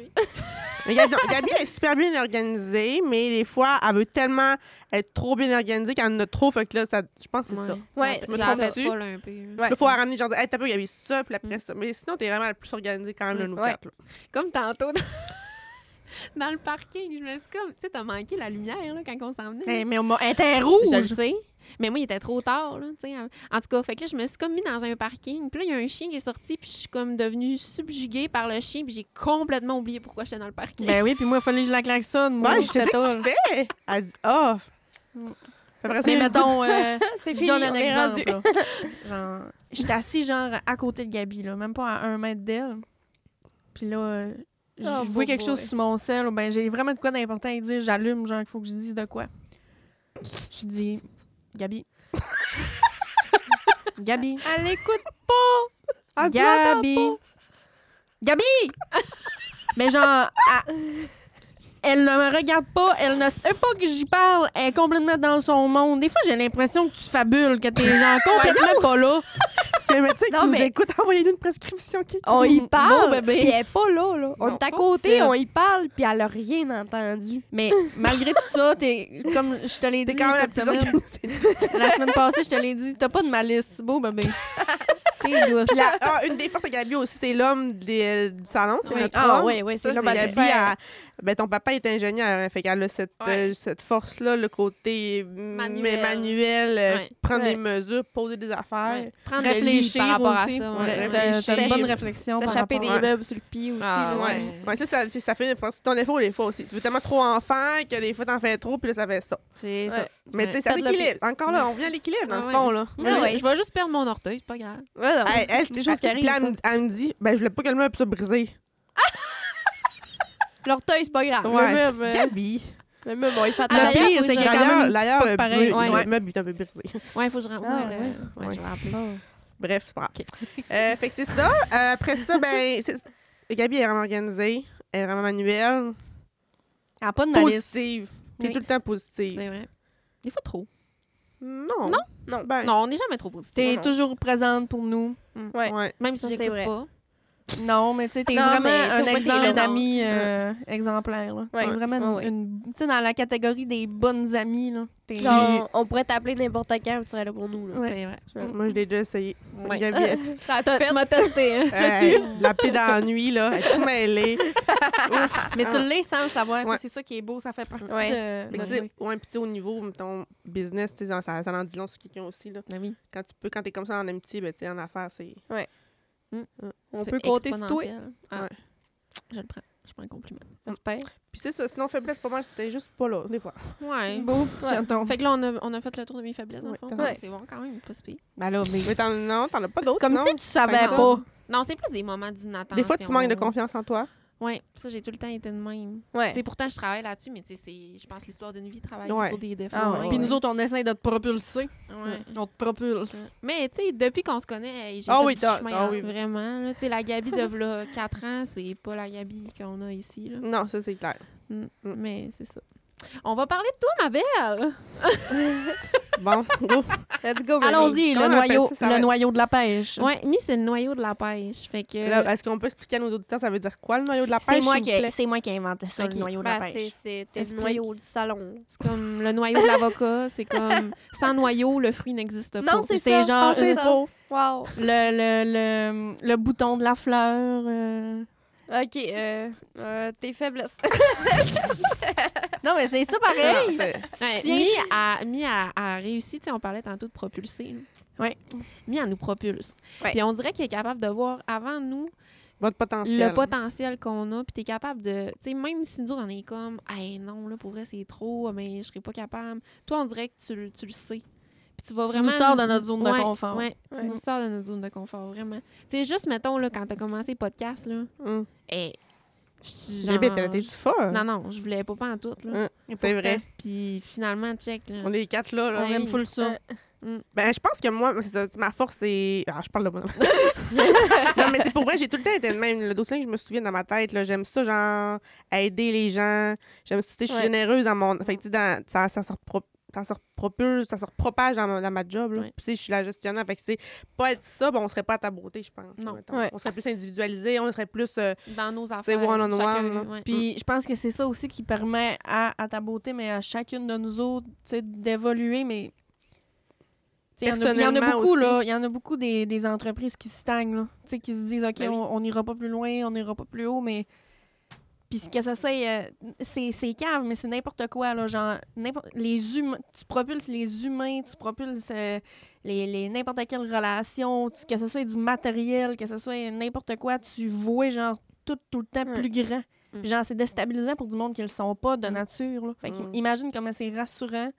Speaker 2: Mais Gabi, Gabi, elle est super bien organisée, mais des fois, elle veut tellement être trop bien organisée qu'elle en a trop. Fait que là, ça, je pense que c'est ça.
Speaker 4: Ouais,
Speaker 2: Je
Speaker 1: Je
Speaker 2: me
Speaker 1: me
Speaker 2: trompe
Speaker 1: trompe
Speaker 2: dessus.
Speaker 1: pas là, un peu. là.
Speaker 4: Ouais.
Speaker 2: Il faut la ramener, genre, hey, t'as pas Gabi, ça, puis après ça. Mais sinon, t'es vraiment la plus organisée quand même de nous
Speaker 4: Ouais.
Speaker 2: quatre. là.
Speaker 1: Comme tantôt dans... dans le parking, je me suis comme, tu sais, t'as manqué la lumière là, quand on s'en venait.
Speaker 3: Eh, mais on m'a- elle était
Speaker 1: Je le
Speaker 3: rouge!
Speaker 1: sais. Mais moi, il était trop tard, là, tu sais. hein. En tout cas, fait que là, je me suis comme mis dans un parking. Puis là, il y a un chien qui est sorti, puis je suis comme devenue subjuguée par le chien, puis j'ai complètement oublié pourquoi j'étais dans le parking.
Speaker 3: Ben oui, puis moi, il fallait que je la klaxonne. Moi,
Speaker 2: Ouais, je te
Speaker 3: j'étais
Speaker 2: dis
Speaker 3: tôt.
Speaker 2: que tu fais. Elle dit, ah!
Speaker 3: Mm.
Speaker 2: Après,
Speaker 3: Mais
Speaker 2: c'est
Speaker 3: mettons, euh,
Speaker 4: C'est
Speaker 3: je
Speaker 4: fini,
Speaker 3: donne
Speaker 4: on
Speaker 3: un
Speaker 4: est
Speaker 3: exemple.
Speaker 4: rendu.
Speaker 3: là. genre, j'étais assis genre à côté de Gabi, là, même pas à un mètre d'elle. Puis là, euh, je
Speaker 4: Oh,
Speaker 3: vois
Speaker 4: beau
Speaker 3: quelque chose
Speaker 4: boy.
Speaker 3: sur mon sel, ou ben j'ai vraiment de quoi d'important à dire, j'allume, genre, il faut que je dise de quoi. Je dis, Gabi. Gabi.
Speaker 4: Elle écoute pas! Elle dit, attends,
Speaker 3: Gabi. Gabi! Mais genre, elle- elle ne me regarde pas, elle ne sait pas que j'y parle, elle est complètement dans son monde. Des fois, j'ai l'impression que tu fabules, que t'es genre complètement pas là.
Speaker 2: si un médecin qui
Speaker 4: Non,
Speaker 2: nous
Speaker 4: mais- Oh,
Speaker 2: écoute, envoyez-nous une prescription. Kiki.
Speaker 4: On y
Speaker 3: Beau
Speaker 4: parle,
Speaker 3: bébé.
Speaker 4: puis elle est pas là, là. On
Speaker 2: Non,
Speaker 4: est
Speaker 2: pas
Speaker 4: à côté,
Speaker 3: possible.
Speaker 4: on y parle, puis elle a rien entendu.
Speaker 3: Mais malgré tout ça, t'es, comme je te l'ai
Speaker 2: T'es
Speaker 3: dit
Speaker 2: quand même la
Speaker 3: cette
Speaker 2: plus
Speaker 3: semaine,
Speaker 2: organisée.
Speaker 3: la semaine passée, je te l'ai dit, t'as pas de malice. Beau bébé. T'es douce.
Speaker 2: Puis la- ah, une des forces de Gabi aussi, c'est l'homme des- du salon, c'est
Speaker 3: Oui.
Speaker 2: notre
Speaker 4: Ah
Speaker 2: homme.
Speaker 4: ouais, ouais,
Speaker 2: Ça,
Speaker 4: c'est là
Speaker 2: c'est
Speaker 4: ma
Speaker 2: Gabi,
Speaker 4: affaire.
Speaker 2: elle, Ben, ton papa est ingénieur, hein, fait qu'elle a cette,
Speaker 1: Ouais.
Speaker 2: euh, cette force-là, le côté m-
Speaker 1: Manuel.
Speaker 2: manuel, euh,
Speaker 1: Ouais.
Speaker 2: prendre
Speaker 4: Ouais.
Speaker 2: des mesures, poser des affaires.
Speaker 1: Ouais. Prendre le lead
Speaker 3: Réfléchir
Speaker 1: par rapport
Speaker 3: aussi.
Speaker 1: à ça.
Speaker 3: Ouais,
Speaker 1: ouais.
Speaker 2: réfléchir.
Speaker 3: t'as- t'as une
Speaker 4: S'échapper-
Speaker 3: bonne réflexion par
Speaker 4: S'échapper des
Speaker 3: rapport à-
Speaker 4: meubles sur le pied aussi.
Speaker 1: Ah,
Speaker 4: là.
Speaker 1: ouais.
Speaker 2: Ouais, ça, ça, ça fait c'est ton défaut des fois aussi. Tu veux tellement trop en faire que des fois t'en fais trop, puis là ça fait ça.
Speaker 1: C'est ça.
Speaker 4: Ouais.
Speaker 1: Ouais.
Speaker 2: Mais tu sais, c'est
Speaker 4: Perdre le
Speaker 2: l'équilibre. Encore là, on vient à l'équilibre dans
Speaker 1: Ah
Speaker 2: le
Speaker 1: ouais.
Speaker 2: fond là.
Speaker 1: Ouais,
Speaker 4: Ouais,
Speaker 1: je-
Speaker 4: ouais.
Speaker 1: Je vais juste perdre mon orteil, c'est pas grave.
Speaker 4: Ouais, non,
Speaker 2: Elle, elle,
Speaker 4: c'est des choses qui
Speaker 2: elle-
Speaker 4: arrivent.
Speaker 2: puis elle,
Speaker 4: ça.
Speaker 2: me- elle me dit, ben je voulais pas que le meuble soit brisé.
Speaker 4: L'orteil, c'est pas grave.
Speaker 2: Ouais.
Speaker 4: Le meuble, euh,
Speaker 2: Gabi.
Speaker 4: Ah, le meuble, on y fait
Speaker 3: Le
Speaker 1: Ah,
Speaker 4: attention.
Speaker 3: pire, c'est que quand
Speaker 2: D'ailleurs,
Speaker 3: même,
Speaker 2: d'ailleurs,
Speaker 3: pas
Speaker 2: le,
Speaker 3: pareil.
Speaker 2: meuble-
Speaker 3: Ouais,
Speaker 2: le
Speaker 3: ouais.
Speaker 2: meuble est un peu brisé.
Speaker 1: Ouais, il faut que je rentre.
Speaker 3: Ah,
Speaker 1: ouais, là.
Speaker 3: ouais.
Speaker 1: Ouais, je vais rappeler.
Speaker 2: Bref, c'est pas grave.
Speaker 1: Ok.
Speaker 2: Euh, fait que c'est ça. Euh, après ça, ben, c'est- Gabi est vraiment organisée, elle est vraiment manuelle,
Speaker 3: Elle a pas de malice.
Speaker 2: positive. T'es
Speaker 3: Oui.
Speaker 2: tout le temps positive.
Speaker 1: C'est vrai. Des fois trop.
Speaker 2: Non.
Speaker 1: Non?
Speaker 4: Non.
Speaker 2: Ben,
Speaker 1: Non, on n'est jamais trop positif.
Speaker 3: T'es
Speaker 4: Non, non.
Speaker 3: toujours présente pour nous.
Speaker 4: mm, Ouais.
Speaker 2: Ouais.
Speaker 1: Même si
Speaker 4: Ça, c'est
Speaker 1: j'écoute
Speaker 4: vrai.
Speaker 1: pas.
Speaker 3: Non, mais tu sais, t'es
Speaker 4: Non,
Speaker 3: vraiment
Speaker 4: mais tu
Speaker 3: un
Speaker 4: vois, t'es
Speaker 3: exemple
Speaker 4: là, non.
Speaker 3: d'ami euh, exemplaire. Là.
Speaker 4: Ouais.
Speaker 3: T'es vraiment une-
Speaker 4: Ouais, ouais.
Speaker 3: une... Tu sais, dans la catégorie des bonnes amies. Là. T'es-
Speaker 4: Genre, on pourrait t'appeler n'importe quand, tu serais là pour nous. Là.
Speaker 3: Ouais.
Speaker 1: C'est vrai.
Speaker 2: Moi, je l'ai déjà essayé.
Speaker 1: Ouais.
Speaker 2: Gabi, elle-
Speaker 4: Ça a-tu
Speaker 1: T'as-
Speaker 4: fait?
Speaker 1: Tu m'as testé. hein.
Speaker 2: elle- la paix dans la nuit, là, elle est tout mêlée.
Speaker 3: Mais tu l'es sans le savoir. tu sais,
Speaker 2: Ouais.
Speaker 3: C'est ça qui est beau. Ça fait partie
Speaker 4: Ouais.
Speaker 3: de
Speaker 2: Fait que,
Speaker 3: notre
Speaker 2: tu sais, ouais, puis tu sais, au niveau, mettons, business, tu sais, ça, ça en dit long sur quelqu'un aussi, là.
Speaker 1: Ah oui.
Speaker 2: Quand tu peux, quand t'es comme ça en amitié, ben, tu sais, en affaires, c'est...
Speaker 4: On
Speaker 1: C'est
Speaker 4: peut compter sur toi.
Speaker 1: exponentiel. Ah.
Speaker 2: Ouais.
Speaker 1: Je le prends. Je prends un compliment.
Speaker 4: J'espère.
Speaker 2: Puis c'est ça, sinon, faiblesse, pas mal, c'était juste pas là, des fois.
Speaker 1: Ouais.
Speaker 3: Beau petit
Speaker 4: Ouais.
Speaker 3: chaton.
Speaker 1: Fait que là, on a, on a fait le tour de mes faiblesses, dans le
Speaker 2: Ouais,
Speaker 1: fond.
Speaker 2: t'as
Speaker 1: Ouais,
Speaker 4: raison.
Speaker 1: C'est bon quand même, pas si pire.
Speaker 3: Ben là, mais-
Speaker 2: Mais t'en, non, t'en as pas d'autres,
Speaker 3: Comme
Speaker 2: non?
Speaker 3: si tu savais
Speaker 2: Non.
Speaker 3: pas.
Speaker 1: Non, c'est plus des moments d'inattention.
Speaker 2: Des fois, tu manques de confiance en toi.
Speaker 1: Ouais, ça, j'ai tout le temps été de même.
Speaker 4: Ouais.
Speaker 1: Tu sais, pourtant, je travaille là-dessus, mais tu sais, c'est- je pense l'histoire d'une vie, travailler
Speaker 2: Ouais.
Speaker 1: sur des défauts.
Speaker 3: Ah ouais.
Speaker 1: hein.
Speaker 3: Puis nous autres, on essaie de te propulser.
Speaker 1: Ouais.
Speaker 3: On te propulse.
Speaker 1: Mais tu sais, depuis qu'on se connaît, hey, j'ai
Speaker 2: Ah
Speaker 1: fait
Speaker 2: oui,
Speaker 1: du
Speaker 2: t'as-
Speaker 1: chemin,
Speaker 2: ah
Speaker 1: hein,
Speaker 2: oui.
Speaker 1: vraiment. là. Tu sais, la Gabi de v'là 4 ans, c'est pas la Gabi qu'on a ici. Là.
Speaker 2: Non, ça, c'est clair.
Speaker 1: Mm.
Speaker 2: Mm.
Speaker 1: Mais c'est ça. On va parler de toi, ma belle!
Speaker 2: Bon, go.
Speaker 4: Let's go, baby.
Speaker 3: Allons-y,
Speaker 2: Comment
Speaker 3: le
Speaker 2: on appelle
Speaker 3: noyau,
Speaker 2: ça, ça va-
Speaker 3: le noyau de la pêche.
Speaker 1: Ouais, Mi, c'est le noyau de la pêche. Fait que...
Speaker 2: Là, est-ce qu'on peut expliquer à nos auditeurs, ça veut dire quoi, le noyau de la pêche?
Speaker 3: C'est moi,
Speaker 2: s'il vous
Speaker 3: qui-
Speaker 2: plaît?
Speaker 3: c'est moi qui ai inventé ça,
Speaker 1: Ok.
Speaker 3: le noyau de
Speaker 4: Ben,
Speaker 3: la
Speaker 4: c'est-
Speaker 3: pêche.
Speaker 4: c'est t'es le
Speaker 1: Explique.
Speaker 4: noyau du salon.
Speaker 1: C'est comme le noyau de l'avocat, c'est comme sans noyau, le fruit n'existe pas.
Speaker 4: Non, c'est
Speaker 3: c'est
Speaker 4: ça.
Speaker 3: genre
Speaker 4: Ah, c'est
Speaker 2: une-
Speaker 4: ça. Wow.
Speaker 3: Le, le, le, le bouton de la fleur. euh.
Speaker 4: OK, euh, euh, tes faiblesses.
Speaker 3: Non, mais c'est ça
Speaker 2: Non,
Speaker 3: pareil.
Speaker 2: c'est-
Speaker 1: Ouais,
Speaker 3: Tiens,
Speaker 1: Mi,
Speaker 3: je-
Speaker 1: a, Mi a- a réussi, tu sais, on parlait tantôt de propulser.
Speaker 3: Ouais.
Speaker 1: Mi, elle nous propulse.
Speaker 4: Ouais.
Speaker 1: Puis on dirait qu'elle est capable de voir avant nous
Speaker 2: votre potentiel.
Speaker 1: le potentiel qu'on a. Puis t'es capable de. Tu sais, même si nous autres, on est comme, hey non, là, pour vrai, c'est trop, mais je serais pas capable. Toi, on dirait que tu, le- tu le sais. Puis tu vas
Speaker 3: Tu
Speaker 1: vraiment.
Speaker 3: nous sors de notre zone de
Speaker 1: Ouais,
Speaker 3: confort.
Speaker 1: ouais,
Speaker 4: Ouais.
Speaker 1: tu nous sors de notre zone de confort, vraiment. Tu sais, juste, mettons, là, quand t'as commencé le podcast, là,
Speaker 2: Hum.
Speaker 1: hey, je-
Speaker 2: Bébé,
Speaker 1: genre,
Speaker 2: t'as été
Speaker 1: je-
Speaker 2: du fort.
Speaker 1: Non, non, je voulais pas en tout, là.
Speaker 2: Hum,
Speaker 3: Et
Speaker 2: C'est
Speaker 3: pourtant,
Speaker 2: vrai.
Speaker 1: Puis finalement, check, là.
Speaker 2: On est les quatre là. là.
Speaker 3: On aime
Speaker 1: Mm. oui.
Speaker 3: full ça.
Speaker 4: Euh,
Speaker 2: Ben, je pense que moi, c'est ça, ma force, c'est. Ah, je parle de moi. non. non, mais c'est pour vrai, j'ai tout le temps été de même. Le dossier que je me souviens dans ma tête, là, j'aime ça, genre, aider les gens. J'aime ça, tu sais, je suis
Speaker 4: Ouais.
Speaker 2: généreuse dans mon. Fait que, tu sais, dans- ça, ça se repro- ça se repropulse, ça se propage dans ma, dans ma job. là.
Speaker 1: Ouais.
Speaker 2: Puis, tu sais, je suis la gestionnaire. Fait que, tu sais, pas être ça, ben, on serait pas à ta beauté, je pense.
Speaker 1: Non.
Speaker 2: mettons.
Speaker 4: Ouais.
Speaker 2: On serait plus individualisé, on serait plus. euh,
Speaker 1: dans nos affaires.
Speaker 2: C'est one on
Speaker 1: chacun,
Speaker 2: one, là. Hum.
Speaker 1: ouais.
Speaker 3: Puis je pense que c'est ça aussi qui permet à, à ta beauté, mais à chacune de nous autres, tu sais, d'évoluer, mais... tu sais, Il y, en a- il y en a
Speaker 2: Personnellement
Speaker 3: beaucoup,
Speaker 2: aussi.
Speaker 3: là. Il y en a beaucoup des, des entreprises qui stagnent, là. Tu sais, qui se disent, OK,
Speaker 2: Ben oui.
Speaker 3: on on n'ira pas plus loin, on n'ira pas plus haut, mais... Puis que ça soit... euh, c'est c'est cave, mais c'est n'importe quoi, là. Genre, n'importe- les humains... Tu propulses les humains, tu propulses euh, les, les- n'importe quelle relation, tu- que ce soit du matériel, que ce soit n'importe quoi, tu vois, genre, tout, tout le temps
Speaker 4: Ouais.
Speaker 3: plus grand.
Speaker 1: Mm.
Speaker 3: Puis Genre, c'est déstabilisant pour du monde qui ne le sont pas de
Speaker 1: Mm.
Speaker 3: nature. Là. Fait
Speaker 2: Mm.
Speaker 3: qu'imagine comment c'est rassurant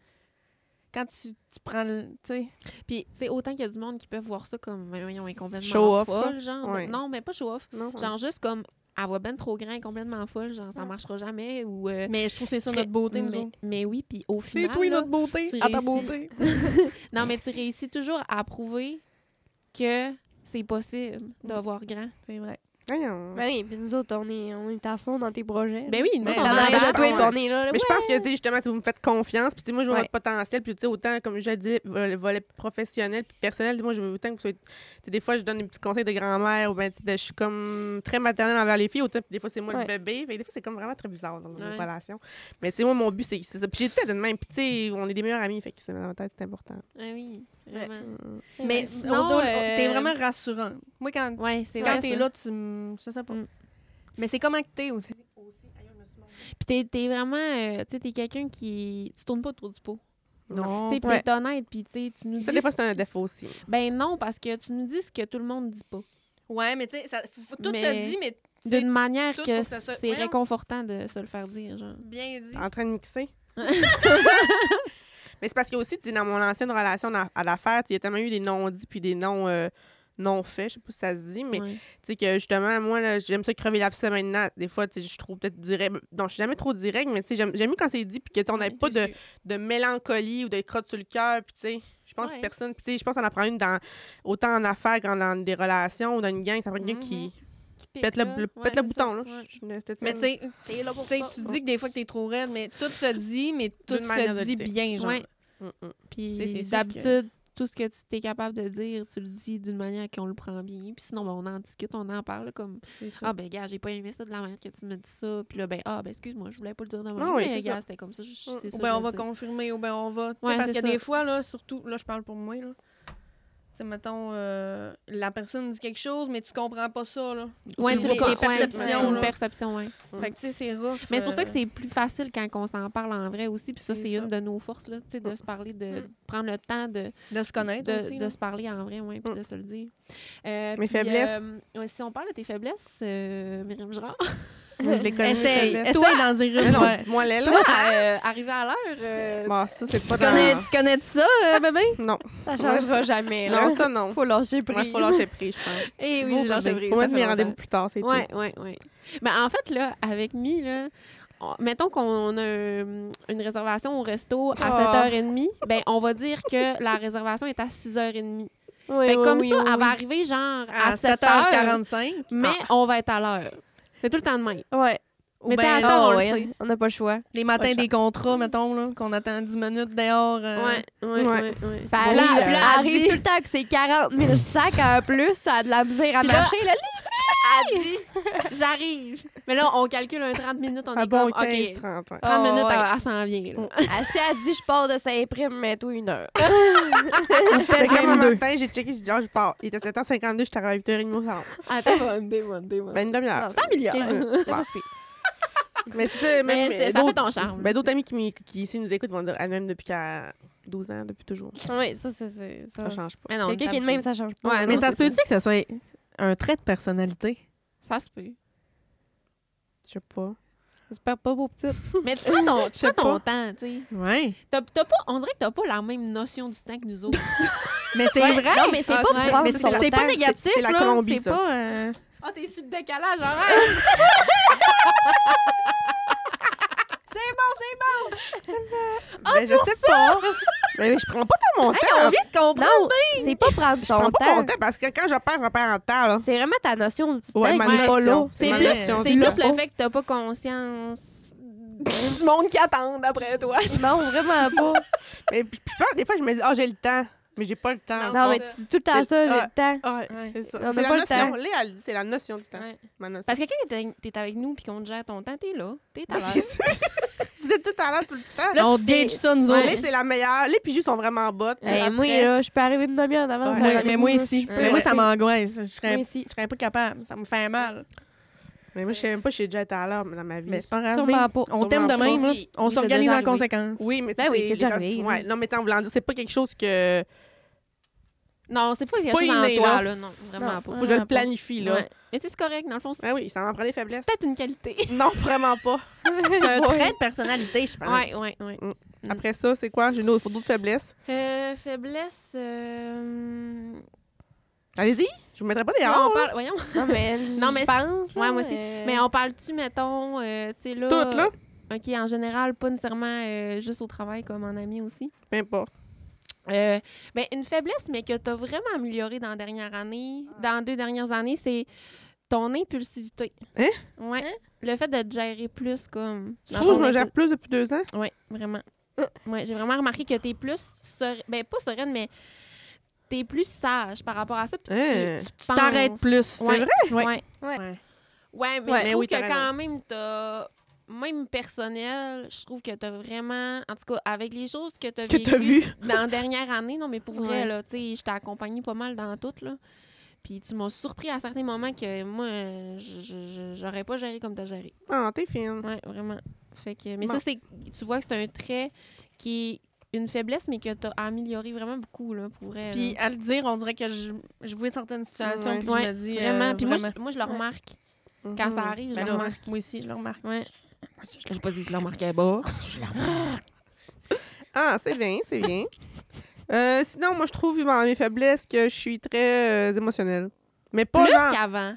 Speaker 3: quand tu, tu prends le. Tu sais.
Speaker 1: Puis, tu sais, autant qu'il y a du monde qui peut voir ça comme, Mais voyons, elle est complètement
Speaker 2: Show off,
Speaker 1: folle,
Speaker 2: là.
Speaker 1: genre.
Speaker 2: Ouais.
Speaker 1: Non, mais pas show off.
Speaker 2: Non,
Speaker 1: Genre, juste comme, elle va ben trop grand, elle est complètement folle, genre, ça
Speaker 4: Ouais.
Speaker 1: marchera jamais. Ou, euh,
Speaker 3: Mais je trouve que c'est ça
Speaker 1: Très-
Speaker 3: notre beauté, nous
Speaker 1: mais,
Speaker 3: autres.
Speaker 1: mais oui, puis au final. là,
Speaker 3: beauté,
Speaker 1: tu réussis. non, mais tu réussis toujours à prouver que c'est possible d'avoir grand.
Speaker 3: C'est vrai.
Speaker 2: voyons.
Speaker 4: Ben oui, puis nous autres, on est, on est à fond dans tes projets.
Speaker 1: Ben oui, nous,
Speaker 3: Mais
Speaker 1: on
Speaker 4: T'en
Speaker 1: en
Speaker 4: as
Speaker 2: arrive
Speaker 4: déjà
Speaker 1: parle.
Speaker 2: à
Speaker 4: toi,
Speaker 2: ouais.
Speaker 4: puis on est là. là.
Speaker 2: Mais je pense que, tu sais, justement, si vous me faites confiance, puis, tu sais, moi, je vois
Speaker 4: Ben Ouais.
Speaker 2: votre potentiel, puis, tu sais, autant, comme je dis, le volet professionnel, puis personnel, moi, je veux autant que vous soyez. Tu sais, des fois, je donne des petits conseils de grand-mère, ou bien, tu sais, de- je suis comme très maternelle envers les filles, autant, puis des fois, c'est moi
Speaker 4: Ouais.
Speaker 2: le bébé. Fait que des fois, c'est comme vraiment très bizarre dans nos
Speaker 1: Ouais.
Speaker 2: relations. Mais, tu sais, moi, mon but, c'est c'est ça. Puis, j'étais de même, puis, tu sais, on est des meilleurs amis, fait que c'est dans ma tête, c'est important.
Speaker 1: Ah oui, vraiment.
Speaker 3: Mais
Speaker 1: Sinon,
Speaker 3: on doit-
Speaker 1: euh,
Speaker 3: t'es vraiment rassurant. Moi, quand,
Speaker 1: Ouais, c'est vrai.
Speaker 3: quand t'es
Speaker 1: ça.
Speaker 3: là, tu me. Je sais pas.
Speaker 1: Mm.
Speaker 3: Mais c'est comment que t'es aussi. aussi. Aïe, je me suis mordue.
Speaker 1: Puis t'es, t'es vraiment, euh, tu sais, t'es quelqu'un qui, tu tournes pas autour du pot.
Speaker 2: Non.
Speaker 1: Tu sais, puis
Speaker 4: ouais.
Speaker 1: t'es honnête, puis tu sais, tu nous
Speaker 2: Ça,
Speaker 1: dis,
Speaker 2: des fois, c'est un défaut aussi.
Speaker 1: ben non, parce que tu nous dis ce que tout le monde dit pas.
Speaker 5: Ouais, mais tu sais, ça- faut- faut- tout
Speaker 1: Mais-
Speaker 5: se dit, mais C'est-
Speaker 1: D'une manière
Speaker 5: tout
Speaker 1: que
Speaker 5: faut que ça soit-
Speaker 1: c'est
Speaker 5: Voyons.
Speaker 1: réconfortant de se le faire dire, genre.
Speaker 5: bien dit.
Speaker 2: T'es en train de mixer. Mais c'est parce que aussi, tu sais, dans mon ancienne relation à à l'affaire, tu sais, il y a tellement eu des non-dits puis des non, euh, non-faits, je sais pas si ça se dit, mais
Speaker 1: Ouais.
Speaker 2: tu sais que justement, moi, là, j'aime ça crever l'abcès maintenant. Des fois, tu sais, je trouve peut-être direct. Donc, je suis jamais trop direct, mais tu sais, j'aime j'aime mieux quand c'est dit puis que tu sais, on n'a pas de, de mélancolie ou de crotte sur le cœur, puis tu sais. Je pense
Speaker 1: Ouais.
Speaker 2: que personne, puis tu sais, je pense qu'on en prend une dans, autant en affaires qu'en dans des relations ou dans une gang. Ça prend quelqu'un qui
Speaker 1: Qui pique,
Speaker 2: pète le,
Speaker 1: là.
Speaker 2: le-
Speaker 1: Mm-hmm. Ouais,
Speaker 2: pète le
Speaker 1: c'est
Speaker 2: bouton.
Speaker 1: ça.
Speaker 2: Là.
Speaker 1: Ouais.
Speaker 2: Je- je suis une esthéticienne.
Speaker 5: Mais tu sais,
Speaker 4: T'es là pour
Speaker 5: tu sais,
Speaker 4: ça.
Speaker 5: tu dis que des fois que t'es trop raide, mais tout se dit, mais tout
Speaker 2: D'une manière de
Speaker 5: se
Speaker 2: le
Speaker 5: dit
Speaker 2: dire.
Speaker 5: bien, genre.
Speaker 1: Ouais.
Speaker 2: Mm, mm.
Speaker 5: Tu
Speaker 1: Puis
Speaker 5: sais, c'est sûr
Speaker 1: d'habitude, tout ce que tu t'es capable de dire, tu le dis d'une manière qu'on le prend bien. Puis sinon, ben, on en discute, on en parle. là, Comme,
Speaker 5: C'est ça.
Speaker 1: ah ben gars, j'ai pas aimé ça de la manière que tu me dis ça. Puis là, ben, ah ben excuse-moi, je voulais pas le dire de
Speaker 2: Ah
Speaker 1: moi.
Speaker 2: oui,
Speaker 1: mais
Speaker 2: c'est
Speaker 1: gars,
Speaker 2: ça.
Speaker 1: c'était comme ça. je- c'est ça
Speaker 5: Ou
Speaker 1: que
Speaker 5: bien
Speaker 1: je
Speaker 5: Ben, on va
Speaker 1: voulais dire.
Speaker 5: confirmer, ou bien on va. Tu sais,
Speaker 1: Ouais,
Speaker 5: parce
Speaker 1: c'est
Speaker 5: que
Speaker 1: ça.
Speaker 5: des fois, là, surtout, là, je parle pour moi, là. Tu sais, mettons, euh, la personne dit quelque chose, mais tu comprends pas ça, là.
Speaker 1: Ouais,
Speaker 5: tu
Speaker 1: tu
Speaker 5: vois
Speaker 1: le
Speaker 5: pas.
Speaker 1: comprends.
Speaker 5: C'est une
Speaker 1: C'est
Speaker 5: perception,
Speaker 1: une
Speaker 5: là.
Speaker 1: perception, ouais.
Speaker 5: Fait que, tu sais, c'est rough.
Speaker 1: Mais c'est pour ça
Speaker 5: euh,
Speaker 1: que c'est plus facile quand on s'en parle en vrai aussi. Puis ça,
Speaker 5: C'est
Speaker 1: c'est
Speaker 5: ça. Mm.
Speaker 1: une de nos forces, là, tu sais, de se parler, de prendre le temps de,
Speaker 5: De se connaître
Speaker 1: de,
Speaker 5: aussi.
Speaker 1: de
Speaker 5: là.
Speaker 1: se parler en vrai, ouais, puis
Speaker 2: Mm.
Speaker 1: de se le dire. Euh,
Speaker 2: Mes
Speaker 1: puis,
Speaker 2: faiblesses?
Speaker 1: euh, ouais, si on parle de tes faiblesses, euh, Myriam Girard,
Speaker 2: Moi, je les connais.
Speaker 5: Essaye,
Speaker 2: les faiblesses.
Speaker 5: essaye d'en dire
Speaker 2: Mais
Speaker 5: une.
Speaker 2: non,
Speaker 5: ouais.
Speaker 2: dites-moi les
Speaker 1: toi,
Speaker 2: là.
Speaker 1: euh, arrivée à l'heure, euh,
Speaker 2: Bon, ça, c'est pas
Speaker 5: Tu connais,
Speaker 2: dans...
Speaker 5: tu connais de ça, euh, bébé?
Speaker 2: Non,
Speaker 4: Ça changera jamais. Là.
Speaker 2: non, ça, non.
Speaker 4: Faut lâcher
Speaker 2: Il
Speaker 4: prise.
Speaker 2: faut lâcher prise, je pense.
Speaker 1: Eh
Speaker 5: Beau
Speaker 1: oui, genre,
Speaker 5: bébé.
Speaker 1: j'aimerais ça
Speaker 2: Faut mettre
Speaker 1: fait
Speaker 2: mes
Speaker 1: longtemps.
Speaker 2: rendez-vous plus tard, c'est
Speaker 1: Ouais,
Speaker 2: tout.
Speaker 1: ouais, ouais. Mais en fait, là, avec Mi, là, on- mettons qu'on a euh, une réservation au resto à
Speaker 5: Ah.
Speaker 1: 7h30, ben on va dire que la réservation est à 6h30.
Speaker 4: Oui,
Speaker 1: Fait que
Speaker 4: oui,
Speaker 1: comme
Speaker 4: oui,
Speaker 1: ça,
Speaker 4: oui,
Speaker 1: elle va
Speaker 4: oui.
Speaker 1: arriver genre à,
Speaker 5: À
Speaker 1: 7h,
Speaker 5: 7h45.
Speaker 1: mais on va être à l'heure. C'est tout le temps de même.
Speaker 4: Ouais.
Speaker 5: Ou
Speaker 1: Mais t'sais,
Speaker 5: ben,
Speaker 1: à cette heure,
Speaker 4: Ah,
Speaker 1: on le
Speaker 4: ouais,
Speaker 1: sait.
Speaker 4: On n'a pas le choix.
Speaker 5: les matins
Speaker 4: Ouais,
Speaker 5: des contrats, mettons, là, qu'on attend 10 minutes dehors. euh,
Speaker 1: Ouais, ouais,
Speaker 2: Ouais.
Speaker 1: ouais, ouais.
Speaker 4: Puis
Speaker 1: Bon,
Speaker 4: elle arrive,
Speaker 1: là,
Speaker 4: Bah euh,
Speaker 1: là,
Speaker 4: elle
Speaker 1: elle
Speaker 4: arrive
Speaker 1: dit-
Speaker 4: tout le temps que c'est 40 000 sacs en plus, ça a de la misère à
Speaker 1: Puis là-
Speaker 4: marcher. Là,
Speaker 1: Elle dit, j'arrive. Mais là, on calcule un 30 minutes, on
Speaker 2: Un
Speaker 1: est
Speaker 2: Ah bon
Speaker 1: comme, OK,
Speaker 2: 15-30 ans.
Speaker 1: 30
Speaker 4: Oh,
Speaker 1: minutes,
Speaker 4: ouais.
Speaker 1: elle, elle s'en vient. là.
Speaker 2: Oh.
Speaker 4: Ah, si elle dit je pars de Saint-Prime, mets-toi une heure.
Speaker 2: Fait comme un
Speaker 5: 22.
Speaker 2: matin, j'ai checké, j'ai dit, ah, je pars. Il était 7h52, je suis arrivée à 8h30 au salon.
Speaker 1: Attends, one day, one day, one day.
Speaker 2: Ben, une demi-heure.
Speaker 1: Cent milliards.
Speaker 2: 15 minutes. Bon. Mais c'est ça,
Speaker 1: Mais
Speaker 2: même.
Speaker 1: c'est- ça
Speaker 2: d'autres-
Speaker 1: fait ton charme.
Speaker 2: Ben, d'autres amis qui, m'y- qui ici nous écoutent vont dire, ah, même depuis qu'elle a 12 ans, depuis toujours.
Speaker 4: Oui, ça, c'est- c'est.
Speaker 2: Ça
Speaker 4: Ça
Speaker 2: change pas.
Speaker 1: Mais non,
Speaker 4: Quelqu'un qui est
Speaker 1: d'habitude.
Speaker 4: de même, ça change pas.
Speaker 1: Ouais,
Speaker 5: Mais
Speaker 1: non,
Speaker 5: ça
Speaker 1: c'est
Speaker 5: se peut-tu que Ah ça soit un trait de personnalité?
Speaker 1: Ça se peut.
Speaker 2: Je sais pas.
Speaker 4: C'est pas pas beau petit.
Speaker 1: Mais tu prends ton, tu prends ton temps, tu sais.
Speaker 5: Ouais.
Speaker 1: T'as- t'as pas- on dirait que t'as pas la même notion du temps que nous autres.
Speaker 5: Mais c'est vrai.
Speaker 4: Non, mais c'est
Speaker 2: Ah, c'est-
Speaker 4: pas pour prendre
Speaker 2: mais
Speaker 4: son
Speaker 2: c'est la-
Speaker 5: C'est
Speaker 4: temps.
Speaker 5: pas négatif,
Speaker 2: c'est la
Speaker 5: là.
Speaker 2: Colombie,
Speaker 5: C'est
Speaker 2: ça.
Speaker 5: pas... euh,
Speaker 1: Ah, t'es sur le décalage, hein? arrête!
Speaker 2: ben, je sais pas. Mais je prends pas tout mon temps.
Speaker 5: On vient de comprendre.
Speaker 4: Non, c'est pas prendre
Speaker 2: Je prends
Speaker 4: son
Speaker 2: pas mon
Speaker 4: temps.
Speaker 2: temps parce que quand je perds, je perds en temps, là.
Speaker 4: C'est vraiment ta notion du temps.
Speaker 2: Ouais, ma
Speaker 4: qui est pas
Speaker 2: notion.
Speaker 4: là.
Speaker 1: C'est
Speaker 2: ma
Speaker 1: plus,
Speaker 2: notion
Speaker 1: c'est
Speaker 2: du
Speaker 1: plus
Speaker 2: temps.
Speaker 1: le fait que t'as pas conscience du monde qui attend après toi.
Speaker 4: Non, vraiment pas.
Speaker 2: Mais puis, puis, je pense, des fois, je me dis, ah, j'ai le temps. Mais j'ai pas le temps.
Speaker 1: Non,
Speaker 4: Non,
Speaker 1: on a-
Speaker 4: mais tu dis tout le temps ça, j'ai
Speaker 2: Ah.
Speaker 4: le temps.
Speaker 2: Ouais,
Speaker 1: Ouais.
Speaker 2: c'est ça.
Speaker 4: On a
Speaker 2: C'est la
Speaker 4: pas le
Speaker 2: notion.
Speaker 4: temps.
Speaker 2: Léa, elle dit, c'est la notion du temps.
Speaker 1: Ouais.
Speaker 2: Ma notion.
Speaker 1: Parce que quand t'es- t'es avec nous puis qu'on te gère ton temps, t'es là. T'es à
Speaker 2: Mais
Speaker 1: l'heure.
Speaker 2: c'est sûr. Vous êtes tout à l'heure tout le temps.
Speaker 1: Là,
Speaker 5: on
Speaker 1: tu t'es-
Speaker 5: gage ça, nous
Speaker 1: Ouais. Ben,
Speaker 5: autres.
Speaker 2: Les, c'est la meilleure. Les pigeons sont vraiment bottes.
Speaker 4: Eh, moi, là, je peux arriver une demi-heure en avance.
Speaker 2: Ouais.
Speaker 4: sur
Speaker 5: Ouais,
Speaker 4: le
Speaker 5: mais
Speaker 4: rendez-vous,
Speaker 5: moi
Speaker 4: là,
Speaker 5: ici,
Speaker 4: je
Speaker 5: mais
Speaker 4: peux-
Speaker 5: moi ça m'angoisse. Je serais,
Speaker 4: Moi
Speaker 5: je
Speaker 4: aussi.
Speaker 5: serais pas capable. Ça me fait mal.
Speaker 2: Mais moi, je sais même pas si j'ai déjà été à l'heure dans ma vie.
Speaker 5: Mais c'est pas grave.
Speaker 4: Sûrement pas.
Speaker 5: On t'aime de
Speaker 2: Sûrement
Speaker 5: même.
Speaker 1: pas.
Speaker 5: là.
Speaker 1: Oui.
Speaker 5: On
Speaker 4: Oui, c'est
Speaker 5: s'organise
Speaker 4: déjà
Speaker 5: en
Speaker 4: arrivé.
Speaker 5: conséquence.
Speaker 2: Oui, mais tu
Speaker 4: Ben
Speaker 2: sais,
Speaker 4: oui, c'est
Speaker 2: les
Speaker 4: déjà
Speaker 2: gens-
Speaker 4: arrivé,
Speaker 2: Ouais,
Speaker 4: oui.
Speaker 2: non, mais t'en voulant dire, c'est pas quelque chose que.
Speaker 1: Non, c'est pas
Speaker 2: C'est
Speaker 1: quelque
Speaker 2: pas
Speaker 1: chose en
Speaker 2: inné,
Speaker 1: toi,
Speaker 2: là.
Speaker 1: là. Non, vraiment
Speaker 4: Non,
Speaker 1: pas.
Speaker 2: Faut que je le
Speaker 1: Vraiment pas.
Speaker 2: planifie, là.
Speaker 1: Ouais. Mais c'est c'est correct, dans le fond. C'est
Speaker 2: Ben oui, ça en prend les faiblesses.
Speaker 1: c'est peut-être une qualité.
Speaker 2: Non, vraiment pas.
Speaker 5: C'est un trait de personnalité, je pense.
Speaker 1: Ouais, ouais, ouais. Mm.
Speaker 2: Après ça, c'est quoi? J'ai une autre photo de faiblesse.
Speaker 1: Euh, faiblesse. euh,
Speaker 2: Allez-y, je vous mettrai pas des
Speaker 1: si on
Speaker 2: hors.
Speaker 1: parle... Voyons.
Speaker 5: Euh.
Speaker 4: Non, mais, Euh,
Speaker 1: Non, mais
Speaker 4: je pense.
Speaker 1: c'est- ouais, moi aussi. Mais on parle-tu, mettons, euh, tu sais, là.
Speaker 2: Toutes, là.
Speaker 1: OK, en général, pas nécessairement euh, juste au travail, comme en ami aussi.
Speaker 2: Peu importe.
Speaker 1: Euh, ben, une faiblesse, mais que tu as vraiment améliorée dans la dernière année,
Speaker 5: Ah.
Speaker 1: dans deux dernières années, c'est ton impulsivité.
Speaker 2: Hein?
Speaker 1: Ouais. Le fait de te gérer plus, comme.
Speaker 2: Tu
Speaker 1: dans
Speaker 2: trouves
Speaker 1: ton
Speaker 2: que je me
Speaker 1: impul-
Speaker 2: gère plus depuis deux ans?
Speaker 1: Oui, vraiment. Ouais, j'ai vraiment remarqué que t'es plus sereine. Ben, pas sereine, mais t'es plus sage par rapport à ça. Puis
Speaker 2: Hein.
Speaker 1: tu,
Speaker 5: Tu t'arrêtes
Speaker 1: penses.
Speaker 5: plus.
Speaker 1: Ouais,
Speaker 5: Ouais.
Speaker 1: Ouais.
Speaker 4: Ouais.
Speaker 5: Ouais.
Speaker 1: Ouais, mais
Speaker 2: Ouais.
Speaker 1: je
Speaker 2: Mais
Speaker 1: trouve
Speaker 2: oui, t'as
Speaker 1: que
Speaker 2: raison.
Speaker 1: quand même, t'as. Même personnel, je trouve que t'as vraiment. En tout cas, avec les choses que t'as
Speaker 2: Que t'as
Speaker 1: vécues
Speaker 2: vu?
Speaker 1: dans la dernière année, non, mais pour vrai,
Speaker 4: Ouais.
Speaker 1: là, tu sais, je t'ai accompagnée pas mal dans tout, là. Puis tu m'as surpris à certains moments que moi, euh, je- je- je- j'aurais pas géré comme t'as géré.
Speaker 2: Ah, t'es fine.
Speaker 1: Ouais, vraiment. Fait que, mais
Speaker 2: Bon.
Speaker 1: ça, c'est, tu vois que c'est un trait qui est une faiblesse, mais que t'as amélioré vraiment beaucoup, là, pour vrai.
Speaker 5: Puis
Speaker 1: là.
Speaker 5: à le dire, on dirait que je, je vois certaines situations,
Speaker 2: Ouais.
Speaker 5: puis je
Speaker 1: Ouais,
Speaker 5: me dis. euh,
Speaker 1: vraiment. Mm-hmm. Puis moi,
Speaker 5: vraiment.
Speaker 1: je, moi, je le remarque.
Speaker 2: Mhm.
Speaker 1: Quand ça arrive, je
Speaker 5: Ben
Speaker 1: le
Speaker 5: là,
Speaker 1: remarque.
Speaker 5: moi aussi, je le remarque.
Speaker 1: Ouais. Je l'ai pas dit que je le remarquais pas.
Speaker 2: Ah, c'est bien, c'est bien. Euh, sinon, moi, je trouve dans mes faiblesses que je suis très euh, émotionnelle. Mais pas
Speaker 1: Plus
Speaker 2: genre.
Speaker 1: qu'avant.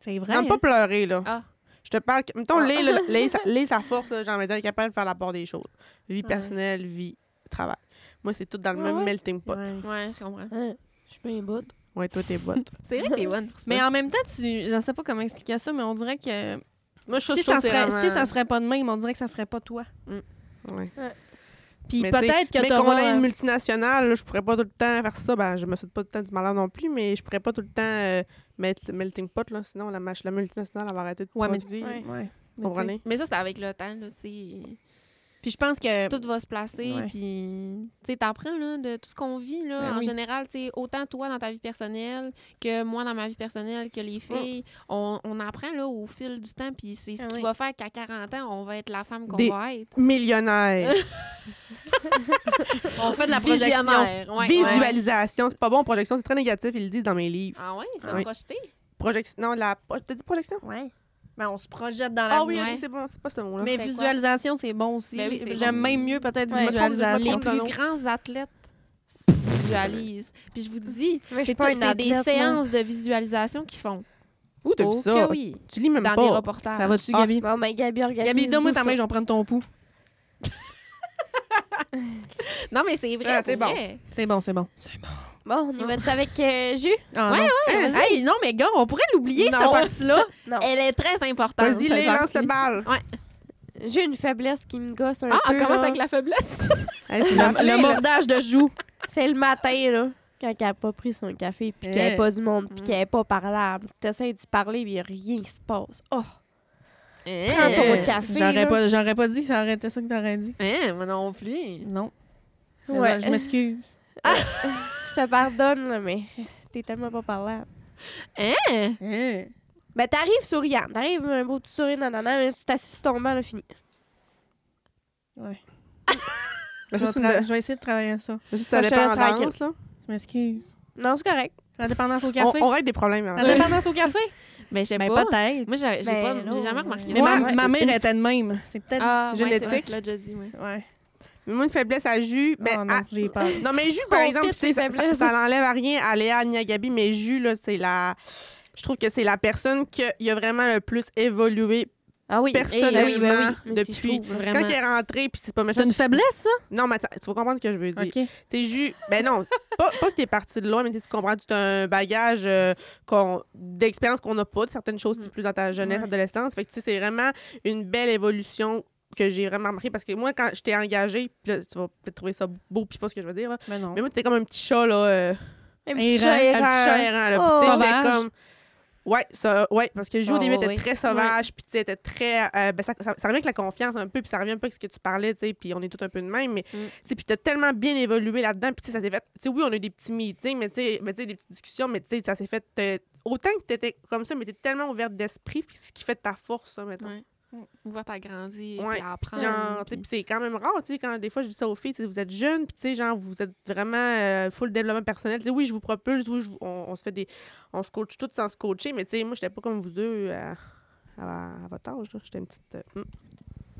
Speaker 5: C'est vrai.
Speaker 2: Non, pas pleurer, là.
Speaker 1: Ah.
Speaker 2: Je te parle. que- Mettons, Lay, là, Lay, sa- Lay, sa force, là, genre, maintenant, elle est capable de faire la part des choses. Vie personnelle, vie, travail. Moi, c'est tout dans le
Speaker 4: Ah
Speaker 2: même
Speaker 4: ouais?
Speaker 2: melting pot. Ouais,
Speaker 4: Ouais.
Speaker 1: Ouais, je comprends.
Speaker 4: Hein, Je suis bien bout.
Speaker 2: toi, t'es botte.
Speaker 1: C'est vrai que t'es bonne pour ça.
Speaker 5: Mais en même temps, tu, je sais pas comment expliquer ça, mais on dirait que
Speaker 2: Moi, je trouve
Speaker 5: si
Speaker 2: je
Speaker 5: ça,
Speaker 2: trouve que c'est
Speaker 5: serait,
Speaker 2: vraiment-
Speaker 5: si ça serait pas de même, on dirait que ça serait pas toi.
Speaker 2: Ouais.
Speaker 5: Puis
Speaker 2: Mais tu sais,
Speaker 5: peut-être que
Speaker 2: Mais qu'on
Speaker 5: t'auras...
Speaker 2: ait une multinationale, là, je pourrais pas tout le temps faire ça. Ben, je me souhaite pas tout le temps du malheur non plus, mais je pourrais pas tout le temps euh, mettre le melting pot, là, sinon la, mach- la multinationale elle va arrêter de
Speaker 5: Ouais, mais-
Speaker 2: produire.
Speaker 5: Ouais. Mais tu sais.
Speaker 2: Vous comprenez?
Speaker 1: Mais ça, c'est avec le temps, là, tu sais.
Speaker 5: Puis je pense que...
Speaker 1: tout va se placer
Speaker 5: Ouais.
Speaker 1: puis tu sais t'apprends là de tout ce qu'on vit là
Speaker 5: Ben
Speaker 1: en
Speaker 5: oui.
Speaker 1: général tu sais autant toi dans ta vie personnelle que moi dans ma vie personnelle que les filles on, on apprend là au fil du temps puis c'est ce
Speaker 4: Ah
Speaker 1: qui
Speaker 4: oui.
Speaker 1: va faire qu'à 40 ans on va être la femme qu'on
Speaker 2: Des-
Speaker 1: va être
Speaker 2: Millionnaire.
Speaker 1: on fait de la
Speaker 2: projection.
Speaker 1: ouais, ouais.
Speaker 2: Visualisation, c'est pas bon. Projection, c'est très négatif. Ils le disent dans mes livres.
Speaker 1: ah ouais ça
Speaker 2: Ah oui.
Speaker 1: projeté
Speaker 2: Projection. Non, la. pro- T'as dit projection?
Speaker 5: Ouais. Ben, on se projette dans la
Speaker 2: Ah oui,
Speaker 1: Ouais.
Speaker 2: ok, c'est bon. C'est pas ce mot-là.
Speaker 5: Mais
Speaker 1: C'est quoi?
Speaker 5: visualisation, c'est bon aussi.
Speaker 1: Ben oui, c'est
Speaker 5: J'aime
Speaker 1: bon.
Speaker 5: même mieux peut-être
Speaker 4: Ouais.
Speaker 1: les
Speaker 3: Ah,
Speaker 5: visualisation.
Speaker 2: Tombe dans l'eau.
Speaker 1: plus grands athlètes se visualisent puis je vous dis
Speaker 4: Mais je suis
Speaker 1: c'est
Speaker 4: pas
Speaker 1: tout-
Speaker 4: une
Speaker 1: c'est des
Speaker 4: athlète, moi.
Speaker 1: séances de visualisation qu'ils font
Speaker 2: Où t'as vu
Speaker 1: oh
Speaker 2: ça?
Speaker 1: que oui
Speaker 2: Tu lis même
Speaker 1: dans des
Speaker 2: pas.
Speaker 1: reportages
Speaker 5: Ça va-tu,
Speaker 2: Ah.
Speaker 5: Gabi?
Speaker 4: Bon, mais Gabi, organise.
Speaker 5: Gabi, donne-moi ta
Speaker 4: ça.
Speaker 5: main, je vais prendre ton pouls.
Speaker 1: non mais c'est vrai
Speaker 2: Ah, c'est
Speaker 1: pour
Speaker 2: bon.
Speaker 1: vrai.
Speaker 5: C'est bon, c'est bon.
Speaker 4: Bon, on y va-tu avec euh, Jus?
Speaker 5: Ah,
Speaker 1: Ouais,
Speaker 5: non.
Speaker 2: Hein?
Speaker 5: Hey, non, mais gars, on pourrait l'oublier, cette
Speaker 2: Non.
Speaker 5: partie-là.
Speaker 4: Non.
Speaker 1: Elle est très importante.
Speaker 2: Vas-y,
Speaker 1: cette
Speaker 2: les lance
Speaker 1: partie.
Speaker 2: le bal.
Speaker 4: J'ai une faiblesse qui me gosse un
Speaker 1: Ah,
Speaker 4: peu.
Speaker 1: on commence
Speaker 4: là.
Speaker 1: avec la faiblesse.
Speaker 2: Hey, c'est
Speaker 5: Le,
Speaker 2: ma-
Speaker 5: le
Speaker 2: Lay, là.
Speaker 5: mordage de joue.
Speaker 4: C'est le matin, là. Quand elle a pas pris son café, puis qu'elle
Speaker 5: Eh.
Speaker 4: n'est pas du monde, puis
Speaker 1: Mm.
Speaker 4: qu'elle n'est pas parlable. Tu essaies d'y parler, puis il a rien qui se passe. Oh, prends
Speaker 1: Hein,
Speaker 4: ton café.
Speaker 5: Euh, J'aurais
Speaker 4: là.
Speaker 5: pas, j'aurais pas dit que ça aurait été ça que t'aurais dit.
Speaker 1: hein, moi non plus.
Speaker 5: Non.
Speaker 4: Ouais.
Speaker 5: Je m'excuse.
Speaker 4: Je te pardonne, là, mais t'es tellement pas parlable.
Speaker 1: Hein?
Speaker 4: Ben, t'arrives souriant. T'arrives un beau petit sourire, nanana, mais tu t'assis sur ton banc, là, fini.
Speaker 5: Je
Speaker 2: Ça,
Speaker 5: vais,
Speaker 2: c'est une-
Speaker 5: tra- je vais essayer de travailler à ça.
Speaker 2: juste la
Speaker 4: je te laisse
Speaker 2: dépendance,
Speaker 4: tranquille.
Speaker 2: là.
Speaker 5: Je m'excuse.
Speaker 4: Non, c'est correct.
Speaker 5: L'indépendance au
Speaker 2: On,
Speaker 5: café.
Speaker 2: on règle des problèmes. avant.
Speaker 5: L'indépendance au café.
Speaker 1: Mais j'aime
Speaker 5: Ben,
Speaker 1: pas.
Speaker 5: peut-être.
Speaker 1: Moi, j'ai j'ai
Speaker 4: Ben,
Speaker 1: pas-
Speaker 4: là,
Speaker 1: j'ai jamais remarqué.
Speaker 5: Mais
Speaker 2: Ouais.
Speaker 5: ma, ma mère était de même. C'est peut-être.
Speaker 1: Ah, ouais, c'est vrai,
Speaker 2: génétique.
Speaker 1: tu l'as déjà dit, ouais.
Speaker 5: Ouais.
Speaker 2: Mais moi, une faiblesse à jus. Ben,
Speaker 5: oh, non,
Speaker 2: à-
Speaker 5: j'ai peur.
Speaker 2: Non, mais jus, par
Speaker 4: On
Speaker 2: exemple, tu
Speaker 4: pitch
Speaker 2: sais,
Speaker 4: les
Speaker 2: ça, ça,
Speaker 4: faiblesses.
Speaker 2: ça l'enlève à rien à Léa ni à Gabi, mais jus, là, c'est la. Je trouve que c'est la personne qui a vraiment le plus évolué
Speaker 4: Ah oui,
Speaker 2: personnellement
Speaker 4: eh oui, ben oui. Mais si je
Speaker 2: depuis.
Speaker 4: trouve.
Speaker 2: Quand
Speaker 1: Vraiment.
Speaker 2: elle est rentrée, puis c'est pas
Speaker 5: C'est
Speaker 2: méchant.
Speaker 5: une faiblesse, ça?
Speaker 2: Non, mais attends, tu vas comprendre ce que je veux dire.
Speaker 5: OK.
Speaker 2: T'es juste. Ben non, pas, pas que t'es parti de loin, mais tu sais, tu comprends tout un bagage euh, qu'on- d'expérience qu'on n'a pas, de certaines choses, tu sais, plus dans ta jeunesse,
Speaker 5: Ouais.
Speaker 2: adolescence. Fait que, tu sais, c'est vraiment une belle évolution que j'ai vraiment remarqué parce que moi, quand j'étais engagée, puis là, tu vas peut-être trouver ça beau, puis pas ce que je veux dire, là.
Speaker 5: Mais non.
Speaker 2: Mais moi, t'es comme un petit chat, là. euh,
Speaker 4: Un petit
Speaker 5: Errant.
Speaker 4: chat
Speaker 2: un petit
Speaker 4: errant.
Speaker 2: chat errant, là. Puis,
Speaker 4: Oh.
Speaker 2: tu sais, j'étais
Speaker 5: Sauvage.
Speaker 2: comme. Ouais, ça, ouais, parce que Ju, au
Speaker 4: Ah,
Speaker 2: début,
Speaker 4: ouais,
Speaker 2: était
Speaker 4: ouais.
Speaker 2: très sauvage, puis tu sais, était très. euh, ben, ça, ça, ça revient avec la confiance un peu, puis ça revient un peu avec ce que tu parlais, tu sais, puis on est tout un peu de même, mais.
Speaker 1: Mm.
Speaker 2: tu sais, Puis t'as tellement bien évolué là-dedans, puis tu sais, ça s'est fait. Tu sais, oui, on a eu des petits meetings, mais tu sais, mais tu sais, des petites discussions, mais tu sais, ça s'est fait. euh, autant que t'étais comme ça, mais t'es tellement ouverte d'esprit, puis ce qui fait de ta force, ça, maintenant.
Speaker 1: Ouais. Ouverte à grandir,
Speaker 2: Ouais,
Speaker 1: puis à apprendre.
Speaker 2: Genre, tu sais,
Speaker 1: puis-
Speaker 2: puis c'est quand même rare, tu sais, quand des fois je dis ça aux filles, tu sais, vous êtes jeunes, puis tu sais, genre, vous êtes vraiment euh, full développement personnel. Tu sais, oui, je vous propulse, oui, je vous- on, on se fait des. On se coach toutes sans se coacher, mais tu sais, moi, j'étais pas comme vous deux à, à- à votre âge, là. J'étais une petite. euh, hmm.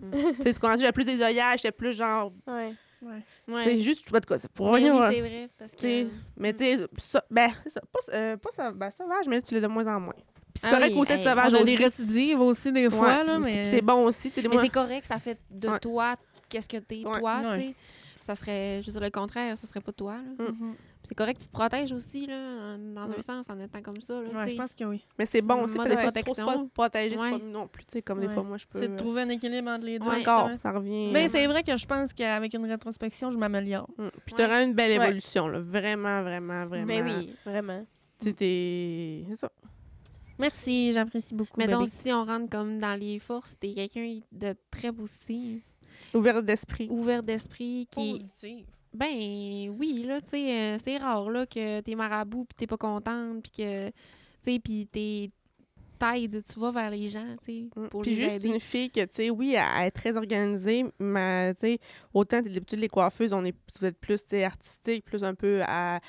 Speaker 1: Mm.
Speaker 2: tu sais, ce qu'on a dit, j'étais plus des œillères, j'étais plus genre.
Speaker 4: Ouais.
Speaker 1: Ouais.
Speaker 2: C'est juste, je sais pas de quoi. c'est- Pour
Speaker 1: Mais
Speaker 2: revenir.
Speaker 1: oui,
Speaker 2: euh,
Speaker 1: c'est mm. vrai, parce
Speaker 2: tu sais,
Speaker 1: que...
Speaker 2: mais tu sais, ça- ben, c'est ça. Pas, euh, pas ça, ben, sauvage, mais là, tu l'es de moins en moins. Puis c'est
Speaker 1: Ah
Speaker 2: correct
Speaker 1: oui,
Speaker 2: aussi de
Speaker 1: hey,
Speaker 2: sauvage
Speaker 5: On a
Speaker 2: aussi.
Speaker 5: des récidives aussi, des fois,
Speaker 2: Ouais,
Speaker 5: là,
Speaker 2: puis
Speaker 5: mais.
Speaker 2: c'est bon aussi, tu sais, des
Speaker 1: Mais
Speaker 2: moments-
Speaker 1: c'est correct, ça fait de
Speaker 2: Ouais.
Speaker 1: toi qu'est-ce que t'es,
Speaker 2: Ouais.
Speaker 1: toi,
Speaker 5: Ouais.
Speaker 1: tu sais. Ça serait, je veux dire, le contraire, ça serait pas toi, là.
Speaker 5: Mhm.
Speaker 1: Puis C'est correct, tu te protèges aussi, là, en- dans un
Speaker 2: Ouais.
Speaker 1: sens, en étant comme ça, là,
Speaker 5: Ouais,
Speaker 1: tu
Speaker 5: je
Speaker 1: sais.
Speaker 5: pense que oui.
Speaker 2: Mais c'est
Speaker 1: C'est
Speaker 2: bon
Speaker 1: un
Speaker 2: aussi,
Speaker 1: mode de
Speaker 2: peut-être trop se
Speaker 1: protection.
Speaker 2: protéger, c'est
Speaker 1: Ouais.
Speaker 2: pas mieux non plus, tu sais, comme des
Speaker 5: Ouais.
Speaker 2: fois, moi, je peux...
Speaker 5: C'est de
Speaker 2: euh,
Speaker 5: trouver un équilibre entre les deux.
Speaker 1: Ouais.
Speaker 2: Encore,
Speaker 5: justement.
Speaker 2: ça revient...
Speaker 5: Mais
Speaker 2: euh,
Speaker 5: c'est vrai que je pense qu'avec une rétrospection, je m'améliore.
Speaker 2: mm. Puis
Speaker 1: Ouais. Ben
Speaker 2: t'auras une belle
Speaker 4: Ouais.
Speaker 2: évolution, là. Vraiment, vraiment, vraiment.
Speaker 4: Mais Ben oui, vraiment.
Speaker 2: Tu sais, t'es- C'est ça.
Speaker 5: Merci, j'apprécie beaucoup.
Speaker 1: Mais
Speaker 5: bébé.
Speaker 1: donc, si on rentre comme dans les forces, t'es quelqu'un de très positif,
Speaker 2: Ouvert d'esprit.
Speaker 1: ouvert d'esprit, qui,
Speaker 5: Positive.
Speaker 1: Ben oui, là, tu sais, euh, c'est rare, là, que t'es marabout puis t'es pas contente puis que, tu sais, puis t'es t'aides, tu vas vers les gens, tu
Speaker 3: Mm,
Speaker 1: sais, pour
Speaker 2: Mm. Puis
Speaker 1: les
Speaker 2: juste
Speaker 1: aider.
Speaker 2: une fille que, tu sais, oui, elle, elle est très organisée, mais, tu sais, autant t'es- d'habitude les coiffeuses, on est, vous êtes plus, tu sais, artistique, plus un peu à.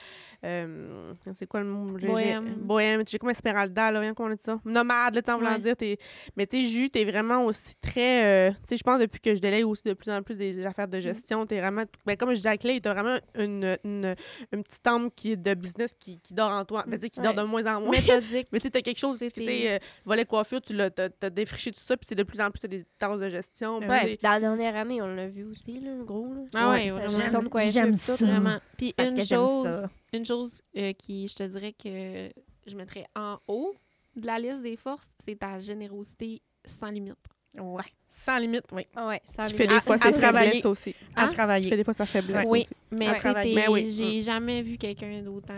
Speaker 2: euh, c'est quoi le mot? J'ai- j'ai-
Speaker 1: Bohème.
Speaker 2: Bohème. J'ai comme Esmeralda, là, rien qu'on dit ça. Nomade, le temps voulant
Speaker 1: Ouais.
Speaker 2: dire. t'es- mais, tu sais, Ju, t'es vraiment aussi très. euh, tu sais, je pense depuis que je délègue aussi de plus en plus des affaires
Speaker 1: Mm.
Speaker 2: de gestion, t'es vraiment. Ben, comme je dis à Clay, t'as vraiment une, une, une petite âme qui est de business qui, qui dort en
Speaker 1: Mm.
Speaker 2: toi. Ben, tu sais, qui dort de moins en moins.
Speaker 1: Méthodique.
Speaker 2: Mais tu sais, t'as quelque chose, tu
Speaker 1: C'était-
Speaker 2: sais, euh, volet coiffure, tu l'as, t'as, t'as défriché tout ça, puis c'est de plus en plus, t'as des tâches de gestion. puis
Speaker 4: Ouais,
Speaker 2: t'sais,
Speaker 4: dans la dernière année, on l'a vu aussi, là, le gros. Là.
Speaker 1: Ah ouais,
Speaker 4: La
Speaker 1: vraiment.
Speaker 4: gestion de coiffure,
Speaker 3: J'aime
Speaker 4: pis tout,
Speaker 3: ça.
Speaker 4: là.
Speaker 1: Vraiment. Puis
Speaker 3: Parce
Speaker 1: une
Speaker 3: que j'aime
Speaker 1: chose,
Speaker 3: ça.
Speaker 1: une chose euh, qui, je te dirais que je mettrais en haut de la liste des forces, c'est ta générosité sans limite.
Speaker 5: Ouais. Sans limite, oui.
Speaker 4: Ah ouais, ça
Speaker 2: Qui fait des
Speaker 5: à-
Speaker 2: fois
Speaker 5: à
Speaker 2: sa
Speaker 5: travailler.
Speaker 2: faiblesse aussi.
Speaker 5: À
Speaker 1: Hein?
Speaker 5: travailler.
Speaker 2: Qui fait des fois sa faiblesse
Speaker 1: Oui,
Speaker 2: aussi.
Speaker 1: mais
Speaker 4: Ouais.
Speaker 1: tu sais,
Speaker 5: Travailler.
Speaker 1: t'es-
Speaker 2: Mais Ben oui. Mm.
Speaker 1: j'ai jamais vu quelqu'un d'autant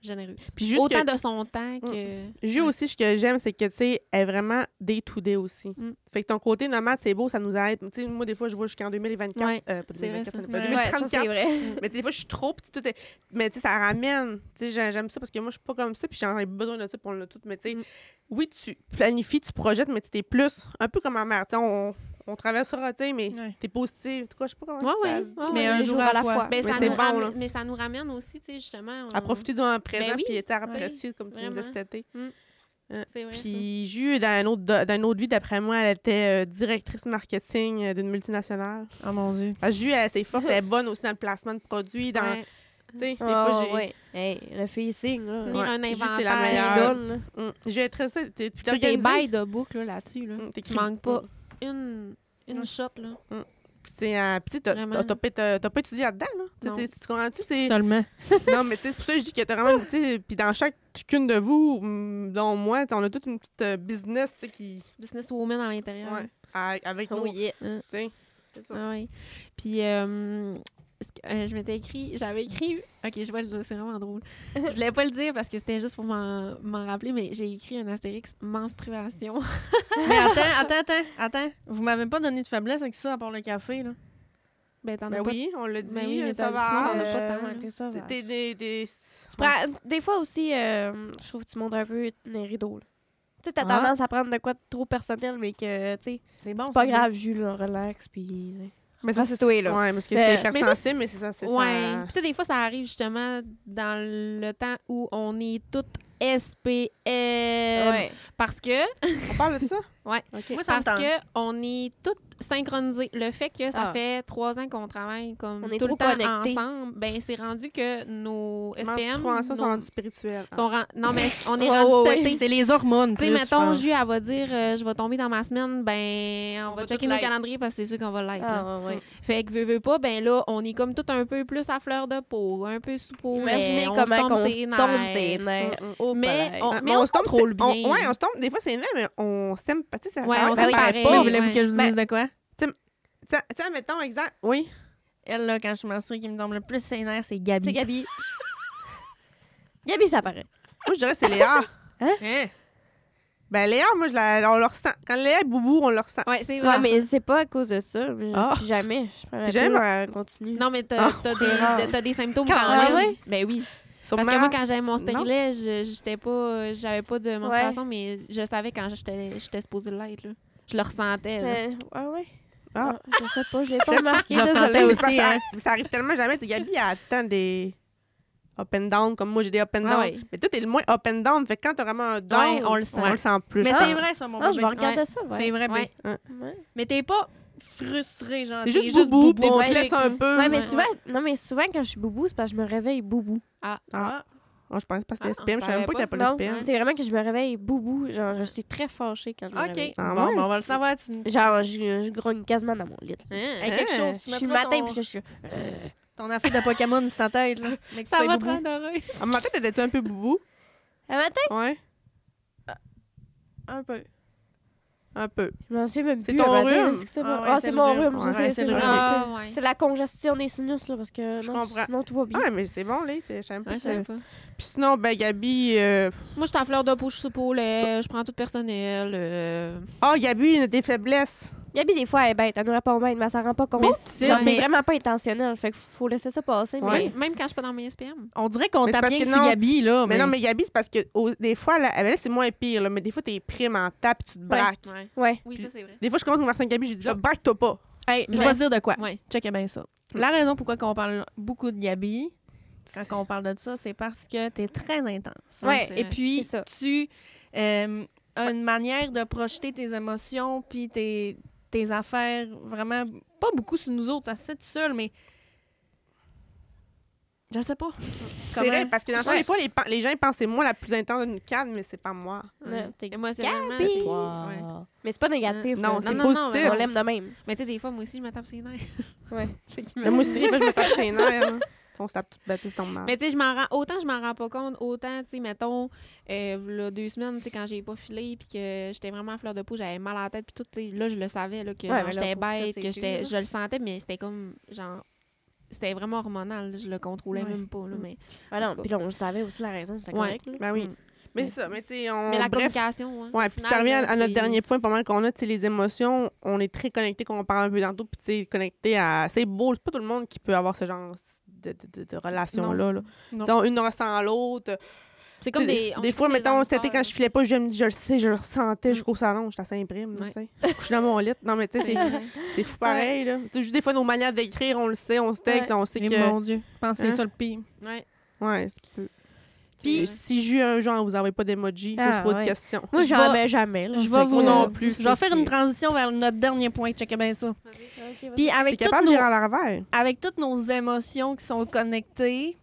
Speaker 1: généreux.
Speaker 2: Puis juste
Speaker 1: Autant
Speaker 2: que- Mm.
Speaker 1: de son temps que...
Speaker 2: J'ai aussi, ce que j'aime, c'est que, tu sais, elle est vraiment day to day aussi.
Speaker 1: Mm.
Speaker 2: Fait que ton côté nomade, c'est beau, ça nous aide. Tu sais, moi, des fois, je vois jusqu'en 2024.
Speaker 1: Ouais,
Speaker 2: euh, pas
Speaker 1: c'est vrai,
Speaker 2: 2024,
Speaker 1: ça.
Speaker 2: ça n'est pas
Speaker 5: Ouais.
Speaker 4: Ouais, ça,
Speaker 2: 2034.
Speaker 4: c'est vrai.
Speaker 2: mais des fois, je suis trop petite. tout est- Mais tu sais, ça ramène. Tu sais, j'ai- j'aime ça parce que moi, je suis pas comme ça, puis j'en ai besoin de ça pour le tout. Mais tu sais,
Speaker 1: Mm.
Speaker 2: oui, tu planifies, tu projettes, mais tu es plus, un peu comme ma mère. Tu sais, on, on traversera, tu sais, mais
Speaker 5: Ouais.
Speaker 2: t'es positive. En tout cas, je sais pas comment
Speaker 1: Ouais,
Speaker 2: ça
Speaker 1: ouais,
Speaker 2: se dit. euh,
Speaker 1: ouais,
Speaker 5: Mais
Speaker 1: Ah ouais.
Speaker 5: un
Speaker 4: Les
Speaker 5: jour
Speaker 4: jours
Speaker 5: à la fois.
Speaker 1: Ben,
Speaker 2: Mais
Speaker 1: ça
Speaker 2: c'est
Speaker 1: nous
Speaker 2: bon,
Speaker 1: ram-
Speaker 2: là.
Speaker 1: Mais ça nous ramène aussi, tu sais, justement... on-
Speaker 2: À profiter du moment présent,
Speaker 1: Ben oui,
Speaker 2: puis tu sais, à
Speaker 1: tu sais,
Speaker 2: apprécier, comme tu me disais
Speaker 1: vraiment.
Speaker 2: cet été.
Speaker 1: C'est vrai,
Speaker 2: Puis, Ju, dans une autre, dans une autre vie, d'après moi, elle était euh, directrice marketing euh, d'une multinationale.
Speaker 5: Oh mon Dieu.
Speaker 2: Parce que Ju, elle, ses forces, elle est bonne aussi dans le placement de produits.
Speaker 1: ça.
Speaker 2: Dans,
Speaker 1: Ouais.
Speaker 2: Tu sais, des fois,
Speaker 4: Ah
Speaker 2: j'ai.
Speaker 4: ouais. Hey, le fille signe, là. Ah,
Speaker 1: Tenir
Speaker 2: Ouais,
Speaker 1: un
Speaker 2: Ju, c'est la
Speaker 1: inventaire.
Speaker 4: C'est
Speaker 2: meilleure.
Speaker 4: bonne, là.
Speaker 2: Mm. Ju, elle est très ça. T'es
Speaker 1: Puis T'es bail de boucle là, là-dessus. Là.
Speaker 2: Mm,
Speaker 1: Tu
Speaker 2: t'écris-
Speaker 1: manques pas une, une
Speaker 5: Mm.
Speaker 1: shot. Là.
Speaker 2: Puis, tu sais, euh, puis tu sais, t'as-
Speaker 1: Vraiment,
Speaker 2: t'as- t'as pas t'as- t'as pas étudié là-dedans, là. Tu sais,
Speaker 1: Non.
Speaker 2: c'est- Tu comprends-tu? C'est-
Speaker 5: Seulement.
Speaker 2: Non, mais tu sais, c'est pour ça que je dis que t'as vraiment... tu sais, Puis dans chacune de vous, mm, dont moi, on a toute une petite euh, business, tu sais, qui...
Speaker 1: Business woman à l'intérieur.
Speaker 2: Ouais. À- avec nous,
Speaker 4: Oh yeah.
Speaker 2: tu sais. C'est ça.
Speaker 1: Ah ouais. Puis, euh, est-ce que- euh, je m'étais écrit, j'avais écrit, ok, je vais le dire, c'est vraiment drôle. Je voulais pas le dire parce que c'était juste pour m'en m'en rappeler, mais j'ai écrit un astérix menstruation.
Speaker 5: Mais attends, attends, attends, attends. Vous m'avez pas donné de faiblesse avec ça à part le café, là.
Speaker 1: ben, t'en
Speaker 2: Ben
Speaker 1: as pas.
Speaker 2: oui, on l'a dit,
Speaker 1: Ben oui, mais t'as
Speaker 2: ça
Speaker 1: dit ça,
Speaker 2: va.
Speaker 1: on a pas
Speaker 4: Euh,
Speaker 1: tant,
Speaker 4: ouais,
Speaker 1: là.
Speaker 4: t'es ça, va.
Speaker 2: C'était des... des...
Speaker 4: Tu prends- Des fois aussi, euh, je trouve que tu montes un peu les rideaux, là. Tu sais, t'as
Speaker 5: Ah.
Speaker 4: tendance à prendre de quoi de trop personnel, mais que, tu sais,
Speaker 5: C'est bon.
Speaker 4: c'est pas grave, Jules, là, relax, puis... euh,
Speaker 2: Mais
Speaker 4: Reste-toi, là.
Speaker 2: Ouais, parce que
Speaker 4: Mais-
Speaker 2: t'es hyper
Speaker 1: Euh, mais ça,
Speaker 2: sensible, mais c'est ça, c'est
Speaker 1: Ouais.
Speaker 2: ça.
Speaker 1: Puis, tu sais, des fois, ça arrive justement dans le temps où on est toutes SPM.
Speaker 4: ouais.
Speaker 1: Parce que
Speaker 2: On parle de ça?
Speaker 1: Ouais.
Speaker 2: OK.
Speaker 5: Moi, ça me
Speaker 1: Parce
Speaker 5: tente.
Speaker 1: que on est toutes synchronisées. Le fait que ça
Speaker 4: Ah.
Speaker 1: fait trois ans qu'on travaille comme
Speaker 4: On est
Speaker 1: tout le
Speaker 4: trop
Speaker 1: temps
Speaker 4: connectés.
Speaker 1: ensemble, ben c'est rendu que nos SPM
Speaker 2: Menstruation,
Speaker 1: nos-
Speaker 2: sont rendu spirituel.
Speaker 1: sont ren- non mais on est
Speaker 4: Ouais,
Speaker 1: rendu
Speaker 4: ouais,
Speaker 1: setés.
Speaker 5: C'est les hormones.
Speaker 1: Tu sais, mettons, Ju, elle va dire euh, Je vais tomber dans ma semaine, ben, on,
Speaker 5: On
Speaker 1: va
Speaker 5: va
Speaker 1: checker
Speaker 5: toutes
Speaker 1: nos
Speaker 5: l'être.
Speaker 1: calendriers parce que c'est sûr qu'on va l'être. là.
Speaker 4: Ah, ouais, ouais.
Speaker 1: Fait que, veux, veux pas, ben là, on est comme tout un peu plus à fleur de peau, un peu sous peau.
Speaker 4: Imaginez
Speaker 1: mais on se
Speaker 4: comment
Speaker 1: tombe
Speaker 4: qu'on
Speaker 1: ses
Speaker 4: se tombe
Speaker 1: nerfs.
Speaker 4: ses nerfs.
Speaker 2: Mm, mm.
Speaker 4: Oh,
Speaker 1: Mais
Speaker 4: palais.
Speaker 1: on,
Speaker 2: Ah,
Speaker 1: mais
Speaker 2: mais
Speaker 1: on se
Speaker 2: tombe,
Speaker 1: contrôle
Speaker 2: c'est- on-
Speaker 1: bien.
Speaker 2: ouais, on se tombe. Des fois, c'est vrai, mais on s'aime pas. Tu sais, ça,
Speaker 1: Ouais,
Speaker 2: ça,
Speaker 1: on
Speaker 2: ça
Speaker 1: s'aime
Speaker 2: paraît
Speaker 1: pareil.
Speaker 2: pas.
Speaker 5: Vous voulez
Speaker 1: Ouais.
Speaker 5: que je vous dise de quoi?
Speaker 2: Tu sais- tu sais, mettons, exemple. Oui.
Speaker 5: Elle, là, quand je suis menstruée, qui me tombe le plus ses nerfs, c'est Gabi.
Speaker 4: C'est Gabi. Gabi, ça paraît.
Speaker 2: Moi, je dirais que c'est Léa.
Speaker 5: Hein?
Speaker 2: ben, Léa, moi, je la, on le ressent. Quand Léa est boubou, on le ressent.
Speaker 1: Ouais, c'est
Speaker 4: Ouais,
Speaker 1: vrai.
Speaker 4: mais c'est pas à cause de ça. mais
Speaker 2: Ah.
Speaker 4: Je suis jamais. Je prends ma
Speaker 2: T'es jamais
Speaker 4: pilule en continu.
Speaker 1: Non, mais t'as t'as des, t'as des symptômes quand,
Speaker 5: Quand
Speaker 1: même.
Speaker 4: Ah. même.
Speaker 1: Ben oui.
Speaker 2: Sûrement,
Speaker 1: Parce que moi, quand j'avais mon
Speaker 2: Non.
Speaker 1: stérilet, je- j'étais pas, j'avais pas de menstruation, mais je savais quand j'étais j'étais supposée l'être. là. Je le ressentais. là.
Speaker 4: Mais, ouais, Euh, ouais.
Speaker 2: Ah.
Speaker 4: Ah, Je sais pas, je l'ai pas remarqué.
Speaker 5: Je le sentais
Speaker 4: désolée.
Speaker 2: Mais
Speaker 5: aussi.
Speaker 2: c'est parce que ça,
Speaker 5: hein.
Speaker 2: ça arrive tellement jamais. Tu sais, Gabi, elle attend des up and down, comme moi, j'ai des up and
Speaker 1: Ah
Speaker 2: down.
Speaker 1: ouais.
Speaker 2: Mais toi, t'es le moins up and down. Fait que quand t'as vraiment un down,
Speaker 1: Ouais, on le sent.
Speaker 2: plus.
Speaker 5: Mais
Speaker 2: Ah.
Speaker 5: c'est vrai, ça, mon
Speaker 4: Ah, je
Speaker 5: bébé.
Speaker 4: vais regarder
Speaker 1: Ouais.
Speaker 4: ça,
Speaker 5: C'est
Speaker 4: ouais.
Speaker 5: vrai,
Speaker 1: Ouais.
Speaker 4: Ouais.
Speaker 5: Mais t'es pas frustré, genre.
Speaker 2: C'est
Speaker 5: t'es
Speaker 2: juste boubou, puis
Speaker 5: boubou.
Speaker 2: on
Speaker 4: Ouais.
Speaker 2: te laisse un peu.
Speaker 4: Ouais, mais
Speaker 1: Ouais.
Speaker 4: souvent, non, mais souvent quand je suis boubou, c'est parce que je me réveille boubou.
Speaker 2: Ah. Oh, je pensais pas que
Speaker 1: Ah, on
Speaker 2: c'était SPM. Je savais
Speaker 1: savait
Speaker 2: même pas que
Speaker 1: pas.
Speaker 2: t'avais pas
Speaker 4: Non,
Speaker 2: le SPM.
Speaker 4: c'est vraiment que je me réveille boubou. Genre, je suis très fâchée quand je me
Speaker 5: OK.
Speaker 4: réveille.
Speaker 2: Ah
Speaker 5: bon,
Speaker 2: ouais?
Speaker 5: ben, on va le savoir. Tu... nous-
Speaker 4: Genre, je, je grogne quasiment dans mon lit. là.
Speaker 1: Hein?
Speaker 5: Hey, quelque
Speaker 2: Hein?
Speaker 5: chose. Tu
Speaker 4: Je suis le
Speaker 5: mettras
Speaker 4: matin,
Speaker 5: ton-
Speaker 4: puis je suis.
Speaker 5: Ton affaire de Pokémon, c'est en tête, là. Mais que tu
Speaker 1: Ça
Speaker 5: sois
Speaker 1: va te
Speaker 5: boubou.
Speaker 1: rendre heureuse.
Speaker 2: En même temps, t'étais-tu un peu boubou?
Speaker 4: Un matin,
Speaker 2: Ouais,
Speaker 5: Un peu.
Speaker 2: un peu.
Speaker 4: je m'en suis même
Speaker 2: C'est
Speaker 4: plus.
Speaker 2: ton
Speaker 4: un matin,
Speaker 2: rhume.
Speaker 4: est-ce que c'est
Speaker 5: Ah
Speaker 4: bon?
Speaker 5: ouais,
Speaker 4: Ah, c'est mon rhume.
Speaker 2: Ouais,
Speaker 4: ça, c'est-
Speaker 5: c'est
Speaker 4: C'est
Speaker 5: le
Speaker 4: le
Speaker 5: rhume.
Speaker 4: rhume.
Speaker 1: Ah, ouais.
Speaker 4: C'est la congestion des sinus, là, parce que
Speaker 2: Je
Speaker 4: non,
Speaker 2: comprends.
Speaker 4: sinon tout va bien.
Speaker 2: Ah, mais c'est bon, là. t'es- Je savais pas
Speaker 1: Ouais,
Speaker 2: que
Speaker 1: je savais
Speaker 2: t'avais-
Speaker 1: pas.
Speaker 2: Puis sinon, ben, Gabi. euh,
Speaker 1: Moi, je suis en fleur de peau, je suis sous peau, là, je prends tout personnel. euh.
Speaker 2: Ah, Gabi, une de tes faiblesses.
Speaker 4: Gabi, des fois, eh elle est bête. Elle nous répond bête, mais elle s'en rend pas compte.
Speaker 1: Mais
Speaker 4: Genre,
Speaker 1: c'est-
Speaker 4: c'est
Speaker 1: mais-
Speaker 4: vraiment pas intentionnel. Fait que faut laisser ça passer.
Speaker 2: Ouais.
Speaker 4: Mais...
Speaker 1: Même, même quand je suis pas dans mes SPM.
Speaker 6: On dirait qu'on
Speaker 2: Mais c'est
Speaker 6: tape
Speaker 2: parce
Speaker 6: bien que
Speaker 2: que
Speaker 6: c'est
Speaker 2: non.
Speaker 6: Gabi,
Speaker 3: Oh,
Speaker 6: là.
Speaker 2: Mais non, mais Gabi, c'est parce que au- des fois, là, ah, ben là, c'est moins pire, là, mais des fois, t'es prime en tape, tu te braques.
Speaker 1: Ouais.
Speaker 4: Ouais.
Speaker 1: Oui, ça, c'est vrai.
Speaker 2: Des fois, je commence une conversation avec Gabi, j'ai dit là, braque-toi pas.
Speaker 3: Hey, je
Speaker 1: Ouais.
Speaker 3: vais te dire de quoi.
Speaker 1: Ouais.
Speaker 3: Check bien ça. La raison pourquoi on parle beaucoup de Gabi, quand on parle de ça, c'est parce que t'es très intense.
Speaker 4: Ouais,
Speaker 1: c'est
Speaker 3: Et
Speaker 1: vrai.
Speaker 3: puis,
Speaker 4: C'est ça.
Speaker 3: tu euh, as une manière de projeter tes émotions, puis tes, tes affaires, vraiment, pas beaucoup sur nous autres, ça se fait tout seul, mais. Je sais pas.
Speaker 2: C'est
Speaker 3: Comment-
Speaker 2: vrai, parce que dans le temps,
Speaker 3: Ouais.
Speaker 2: des fois, les, pen- les gens ils pensent c'est moi la plus intense d'une canne, mais c'est pas moi.
Speaker 4: Ouais,
Speaker 1: Ouais.
Speaker 4: t'es
Speaker 1: Émotionnellement.
Speaker 4: Gabi!
Speaker 1: c'est-
Speaker 2: Wow.
Speaker 1: ouais.
Speaker 4: Mais c'est pas négatif.
Speaker 2: Non,
Speaker 4: là.
Speaker 2: c'est
Speaker 1: non, non,
Speaker 2: positif.
Speaker 4: on l'aime de même.
Speaker 1: Mais tu sais, des fois, moi aussi, je me tape ses nerfs.
Speaker 4: Ouais.
Speaker 2: Mais moi aussi, des fois, je me tape ses nerfs. hein. On se tape toute bâtisse, tombe mal.
Speaker 1: Mais tu sais, je m'en rends autant je m'en rends pas compte, autant tu sais mettons euh, v'là deux semaines, tu sais quand j'ai pas filé puis que j'étais vraiment à fleur de peau, j'avais mal à la tête puis tout, tu sais là je le savais là que
Speaker 4: Ouais,
Speaker 1: genre,
Speaker 4: mais là,
Speaker 1: j'étais
Speaker 4: faut- ça,
Speaker 1: bête,
Speaker 4: c'est
Speaker 1: que j'étais
Speaker 4: sûr,
Speaker 1: je le sentais mais c'était comme genre c'était vraiment hormonal, je le contrôlais même pas là,
Speaker 4: Mm.
Speaker 1: mais
Speaker 4: Ah
Speaker 1: En
Speaker 4: non,
Speaker 1: tout cas.
Speaker 4: puis là, on le savait aussi la raison, c'est
Speaker 1: Ouais.
Speaker 4: correct. là.
Speaker 2: Ben oui.
Speaker 1: Mm.
Speaker 2: Mais c'est ça, mais tu sais, on.
Speaker 1: mais la
Speaker 2: bref,
Speaker 1: communication hein,
Speaker 2: Ouais,
Speaker 1: au
Speaker 2: puis
Speaker 1: final,
Speaker 2: ça revient à,
Speaker 1: là,
Speaker 2: à notre
Speaker 1: c'est-
Speaker 2: dernier point, pas mal qu'on a, tu sais, les émotions, on est très connecté, qu'on parle un peu tantôt, puis tu sais, connecté à. C'est beau, c'est pas tout le monde qui peut avoir ce genre de, de, de- de relation-là. là. Tu
Speaker 3: Non.
Speaker 2: sais, on- Une ressent l'autre.
Speaker 1: C'est comme
Speaker 2: Tu sais,
Speaker 1: des on est
Speaker 2: fois,
Speaker 1: comme des
Speaker 2: mettons,
Speaker 1: âmes
Speaker 2: c'était quand
Speaker 1: sœurs.
Speaker 2: je filais pas, je me dis, je le sais, je le ressentais jusqu'au salon, j'étais à Saint-Prime, là,
Speaker 1: Ouais.
Speaker 2: tu sais. Je suis dans mon lit. Non, mais tu sais, c'est- c'est fou pareil, là. Tu sais, juste des fois, nos manières d'écrire, on le sait, on se texte, on sait
Speaker 3: Mais
Speaker 2: que.
Speaker 3: Mon Dieu, pensez
Speaker 2: Hein?
Speaker 3: ça le pire.
Speaker 1: Ouais.
Speaker 2: Ouais, c'est peu.
Speaker 1: Puis-
Speaker 2: Puis si j'ai un genre, vous n'avez pas d'emoji,
Speaker 4: Ah,
Speaker 2: pose pas
Speaker 4: ouais.
Speaker 2: de questions.
Speaker 4: Moi,
Speaker 3: Je vais-
Speaker 4: j'en mets jamais. là.
Speaker 3: Je
Speaker 4: Fait
Speaker 3: vais
Speaker 4: que,
Speaker 3: vous.
Speaker 2: non
Speaker 4: euh,
Speaker 2: plus,
Speaker 3: Je
Speaker 2: ça,
Speaker 3: vais faire une
Speaker 2: c'est-
Speaker 3: transition vers notre dernier point. Checkez bien ça.
Speaker 4: Ah,
Speaker 3: Puis
Speaker 2: T'es
Speaker 3: avec toutes
Speaker 2: capable de
Speaker 3: nos
Speaker 2: lire à la revers.
Speaker 3: avec toutes nos émotions qui sont connectées,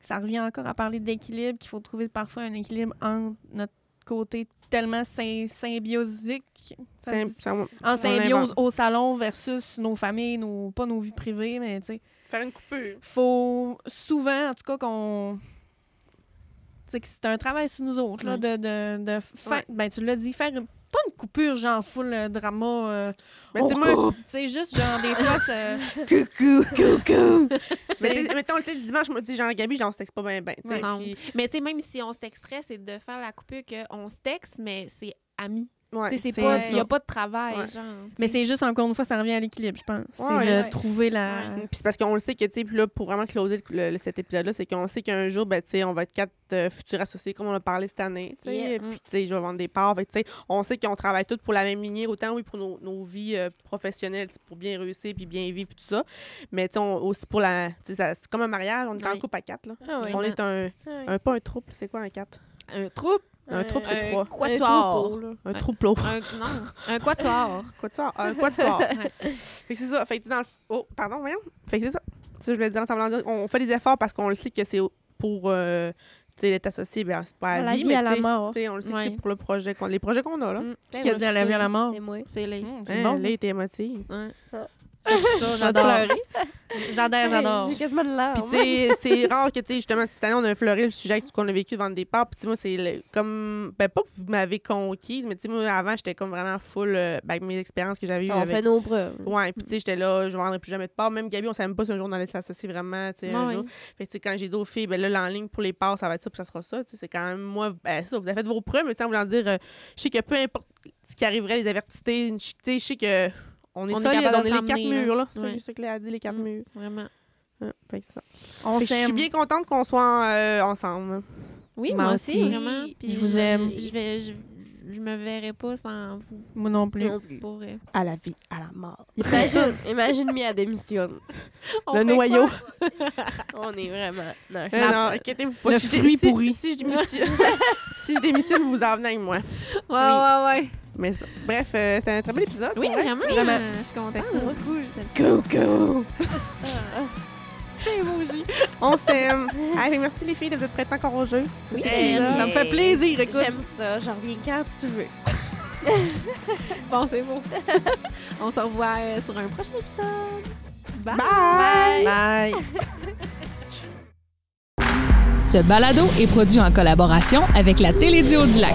Speaker 3: ça revient encore à parler d'équilibre, qu'il faut trouver parfois un équilibre entre notre côté tellement sym- symbiosique, ça se
Speaker 2: C'est-
Speaker 3: dit-
Speaker 2: ça-
Speaker 3: en symbiose
Speaker 2: l'invente.
Speaker 3: au salon versus nos familles, nos, pas nos vies privées, mais tu sais,
Speaker 2: Faire une coupure.
Speaker 3: faut souvent, en tout cas, qu'on... tu sais, que c'est un travail sur nous autres, là, de, de, de faire...
Speaker 2: Ouais.
Speaker 3: Ben, tu l'as dit, faire une- pas une coupure, genre, full euh, drama... euh,
Speaker 2: Mais
Speaker 3: on
Speaker 2: tu sais, moi,
Speaker 3: coupe! Tu sais, juste, genre, des fois, c'est-
Speaker 2: coucou, coucou. mais tu sais, mettons, tu sais, le dimanche, je me dis, genre, Gabi, genre, on se texte pas bien, bien. tu sais,
Speaker 1: Ouais.
Speaker 2: puis-
Speaker 1: Mais tu sais même si on se texterait, c'est de faire la coupure qu'on se texte mais c'est ami.
Speaker 2: ouais.
Speaker 1: Tu sais, c'est
Speaker 3: C'est
Speaker 1: pas
Speaker 4: ça.
Speaker 1: il y a pas de travail
Speaker 2: Ouais.
Speaker 1: genre.
Speaker 3: Mais c'est juste, encore une fois, ça revient à l'équilibre, je pense.
Speaker 2: Ouais,
Speaker 3: c'est de
Speaker 4: ouais.
Speaker 3: trouver la...
Speaker 2: Puis c'est parce qu'on le sait que, tu sais, puis là, pour vraiment closer le- le- cet épisode-là, c'est qu'on sait qu'un jour, ben, tu sais, on va être quatre euh, futurs associés, comme on a parlé cette année, tu sais.
Speaker 4: Yeah.
Speaker 2: Puis, tu sais, je vais vendre des parts. Fait que, tu sais, on sait qu'on travaille tous pour la même lignée, autant, oui, pour nos, nos vies euh, professionnelles, tu sais, pour bien réussir, puis bien vivre, puis tout ça. Mais, tu sais, on- aussi pour la. Tu sais, ça- c'est comme un mariage, on est en
Speaker 1: Ouais.
Speaker 2: couple à quatre, là.
Speaker 4: Ah ouais.
Speaker 1: Vraiment.
Speaker 2: On est un,
Speaker 4: Ah ouais.
Speaker 2: un. Pas un trouble, c'est quoi un quatre?
Speaker 1: Un troupe,
Speaker 2: Un troupe, c'est
Speaker 1: un
Speaker 2: trois.
Speaker 1: quatuor.
Speaker 2: troupeau, là. Un
Speaker 1: Ouais.
Speaker 2: troupeau.
Speaker 1: Un, non, un quatuor.
Speaker 2: Quatuor. Un quatuor.
Speaker 1: Ouais.
Speaker 2: Fait que c'est ça. Fait que dans le... Oh, pardon, voyons. Fait que c'est ça. Ça, je voulais dire en semblant de dire, on fait des efforts parce qu'on le sait que c'est pour, euh, tu sais, l'être associé, ben, c'est pas à
Speaker 4: À la
Speaker 2: vie,
Speaker 4: vie,
Speaker 2: mais
Speaker 4: à la
Speaker 2: tu sais-
Speaker 4: mort.
Speaker 2: tu sais, on le sait que
Speaker 1: Ouais.
Speaker 2: c'est pour le projet qu'on, les projets qu'on a, là.
Speaker 1: Mm.
Speaker 4: Ben,
Speaker 3: Qui a
Speaker 4: moi,
Speaker 3: dit à la vie, à la mort.
Speaker 4: C'est moi.
Speaker 1: C'est les.
Speaker 3: Hum,
Speaker 2: Hein,
Speaker 3: c'est bon.
Speaker 2: là, t'es émotive.
Speaker 1: Ouais.
Speaker 3: Ça, j'adore. J'adore, j'adore.
Speaker 4: Ah, J'ai quasiment de hein. l'air.
Speaker 2: Puis, tu sais, c'est rare que, tu sais, justement, cette année, on a fleuri le sujet qu'on a vécu devant le départ. Puis, tu sais, moi, c'est le- comme. Ben, pas que vous m'avez conquise, mais, tu sais, moi, avant, j'étais comme vraiment full, euh, ben, avec mes expériences que j'avais eues
Speaker 4: Ah, On
Speaker 2: avec
Speaker 4: fait nos preuves.
Speaker 2: Ouais, puis tu sais, j'étais là, je vendrai plus jamais de part. Même Gabi, on savait même pas si un jour on allait s'associer vraiment, tu sais, un
Speaker 1: Ouais.
Speaker 2: jour. Fait que tu sais, quand j'ai dit aux filles, ben là, là, en ligne pour les parts, ça va être ça, puis ça sera ça, tu sais, c'est quand même moi, ben ça, vous avez fait vos preuves, mais tu sais, en voulant dire, euh, je sais que peu importe ce qui arriverait, les adversités, je- tu sais, je sais que on est
Speaker 1: On est
Speaker 2: solide,
Speaker 1: capable
Speaker 2: on
Speaker 1: de
Speaker 2: est
Speaker 1: se
Speaker 2: les quatre
Speaker 1: ramener, là.
Speaker 2: murs, là. C'est
Speaker 1: Ouais.
Speaker 2: juste ça que Léa a dit, les quatre
Speaker 1: Mm.
Speaker 2: murs.
Speaker 1: Vraiment.
Speaker 2: Ouais, fait que c'est ça.
Speaker 3: On
Speaker 2: Fait que je suis
Speaker 3: s'aime.
Speaker 2: bien contente qu'on soit euh, ensemble.
Speaker 1: Oui,
Speaker 3: Moi
Speaker 1: moi aussi,
Speaker 3: aussi.
Speaker 1: vraiment. Puis
Speaker 3: Je vous aime.
Speaker 1: Je, vais, je, je me verrai pas sans vous.
Speaker 3: Moi non plus.
Speaker 4: Non plus.
Speaker 1: Pour vrai.
Speaker 2: À la vie, à la mort.
Speaker 4: Imagine, imagine mi à démission.
Speaker 2: le noyau.
Speaker 4: On est vraiment. Non,
Speaker 2: Eh non, inquiétez-vous pas.
Speaker 3: Le
Speaker 2: si je-
Speaker 3: fruit
Speaker 2: si-
Speaker 3: pourri.
Speaker 2: Si, je démissionne, si je démissionne, vous vous en venez avec moi.
Speaker 1: Ouais, ouais, ouais.
Speaker 2: Mais ça- bref, euh, c'était un très bel épisode.
Speaker 1: Oui,
Speaker 2: pour vrai.
Speaker 1: vraiment.
Speaker 3: Vraiment.
Speaker 1: Je suis contente.
Speaker 2: Coucou!
Speaker 1: C'est beau, J.
Speaker 2: On s'aime! Allez, merci les filles de vous être prêtes encore au jeu.
Speaker 4: Oui,
Speaker 3: Ça me fait plaisir, écoute.
Speaker 4: J'aime ça. J'en reviens quand tu veux.
Speaker 1: Bon, c'est beau. On se revoit euh, sur un prochain épisode. Bye!
Speaker 2: Bye.
Speaker 3: Bye.
Speaker 7: Ce balado est produit en collaboration avec la Télédio du Lac.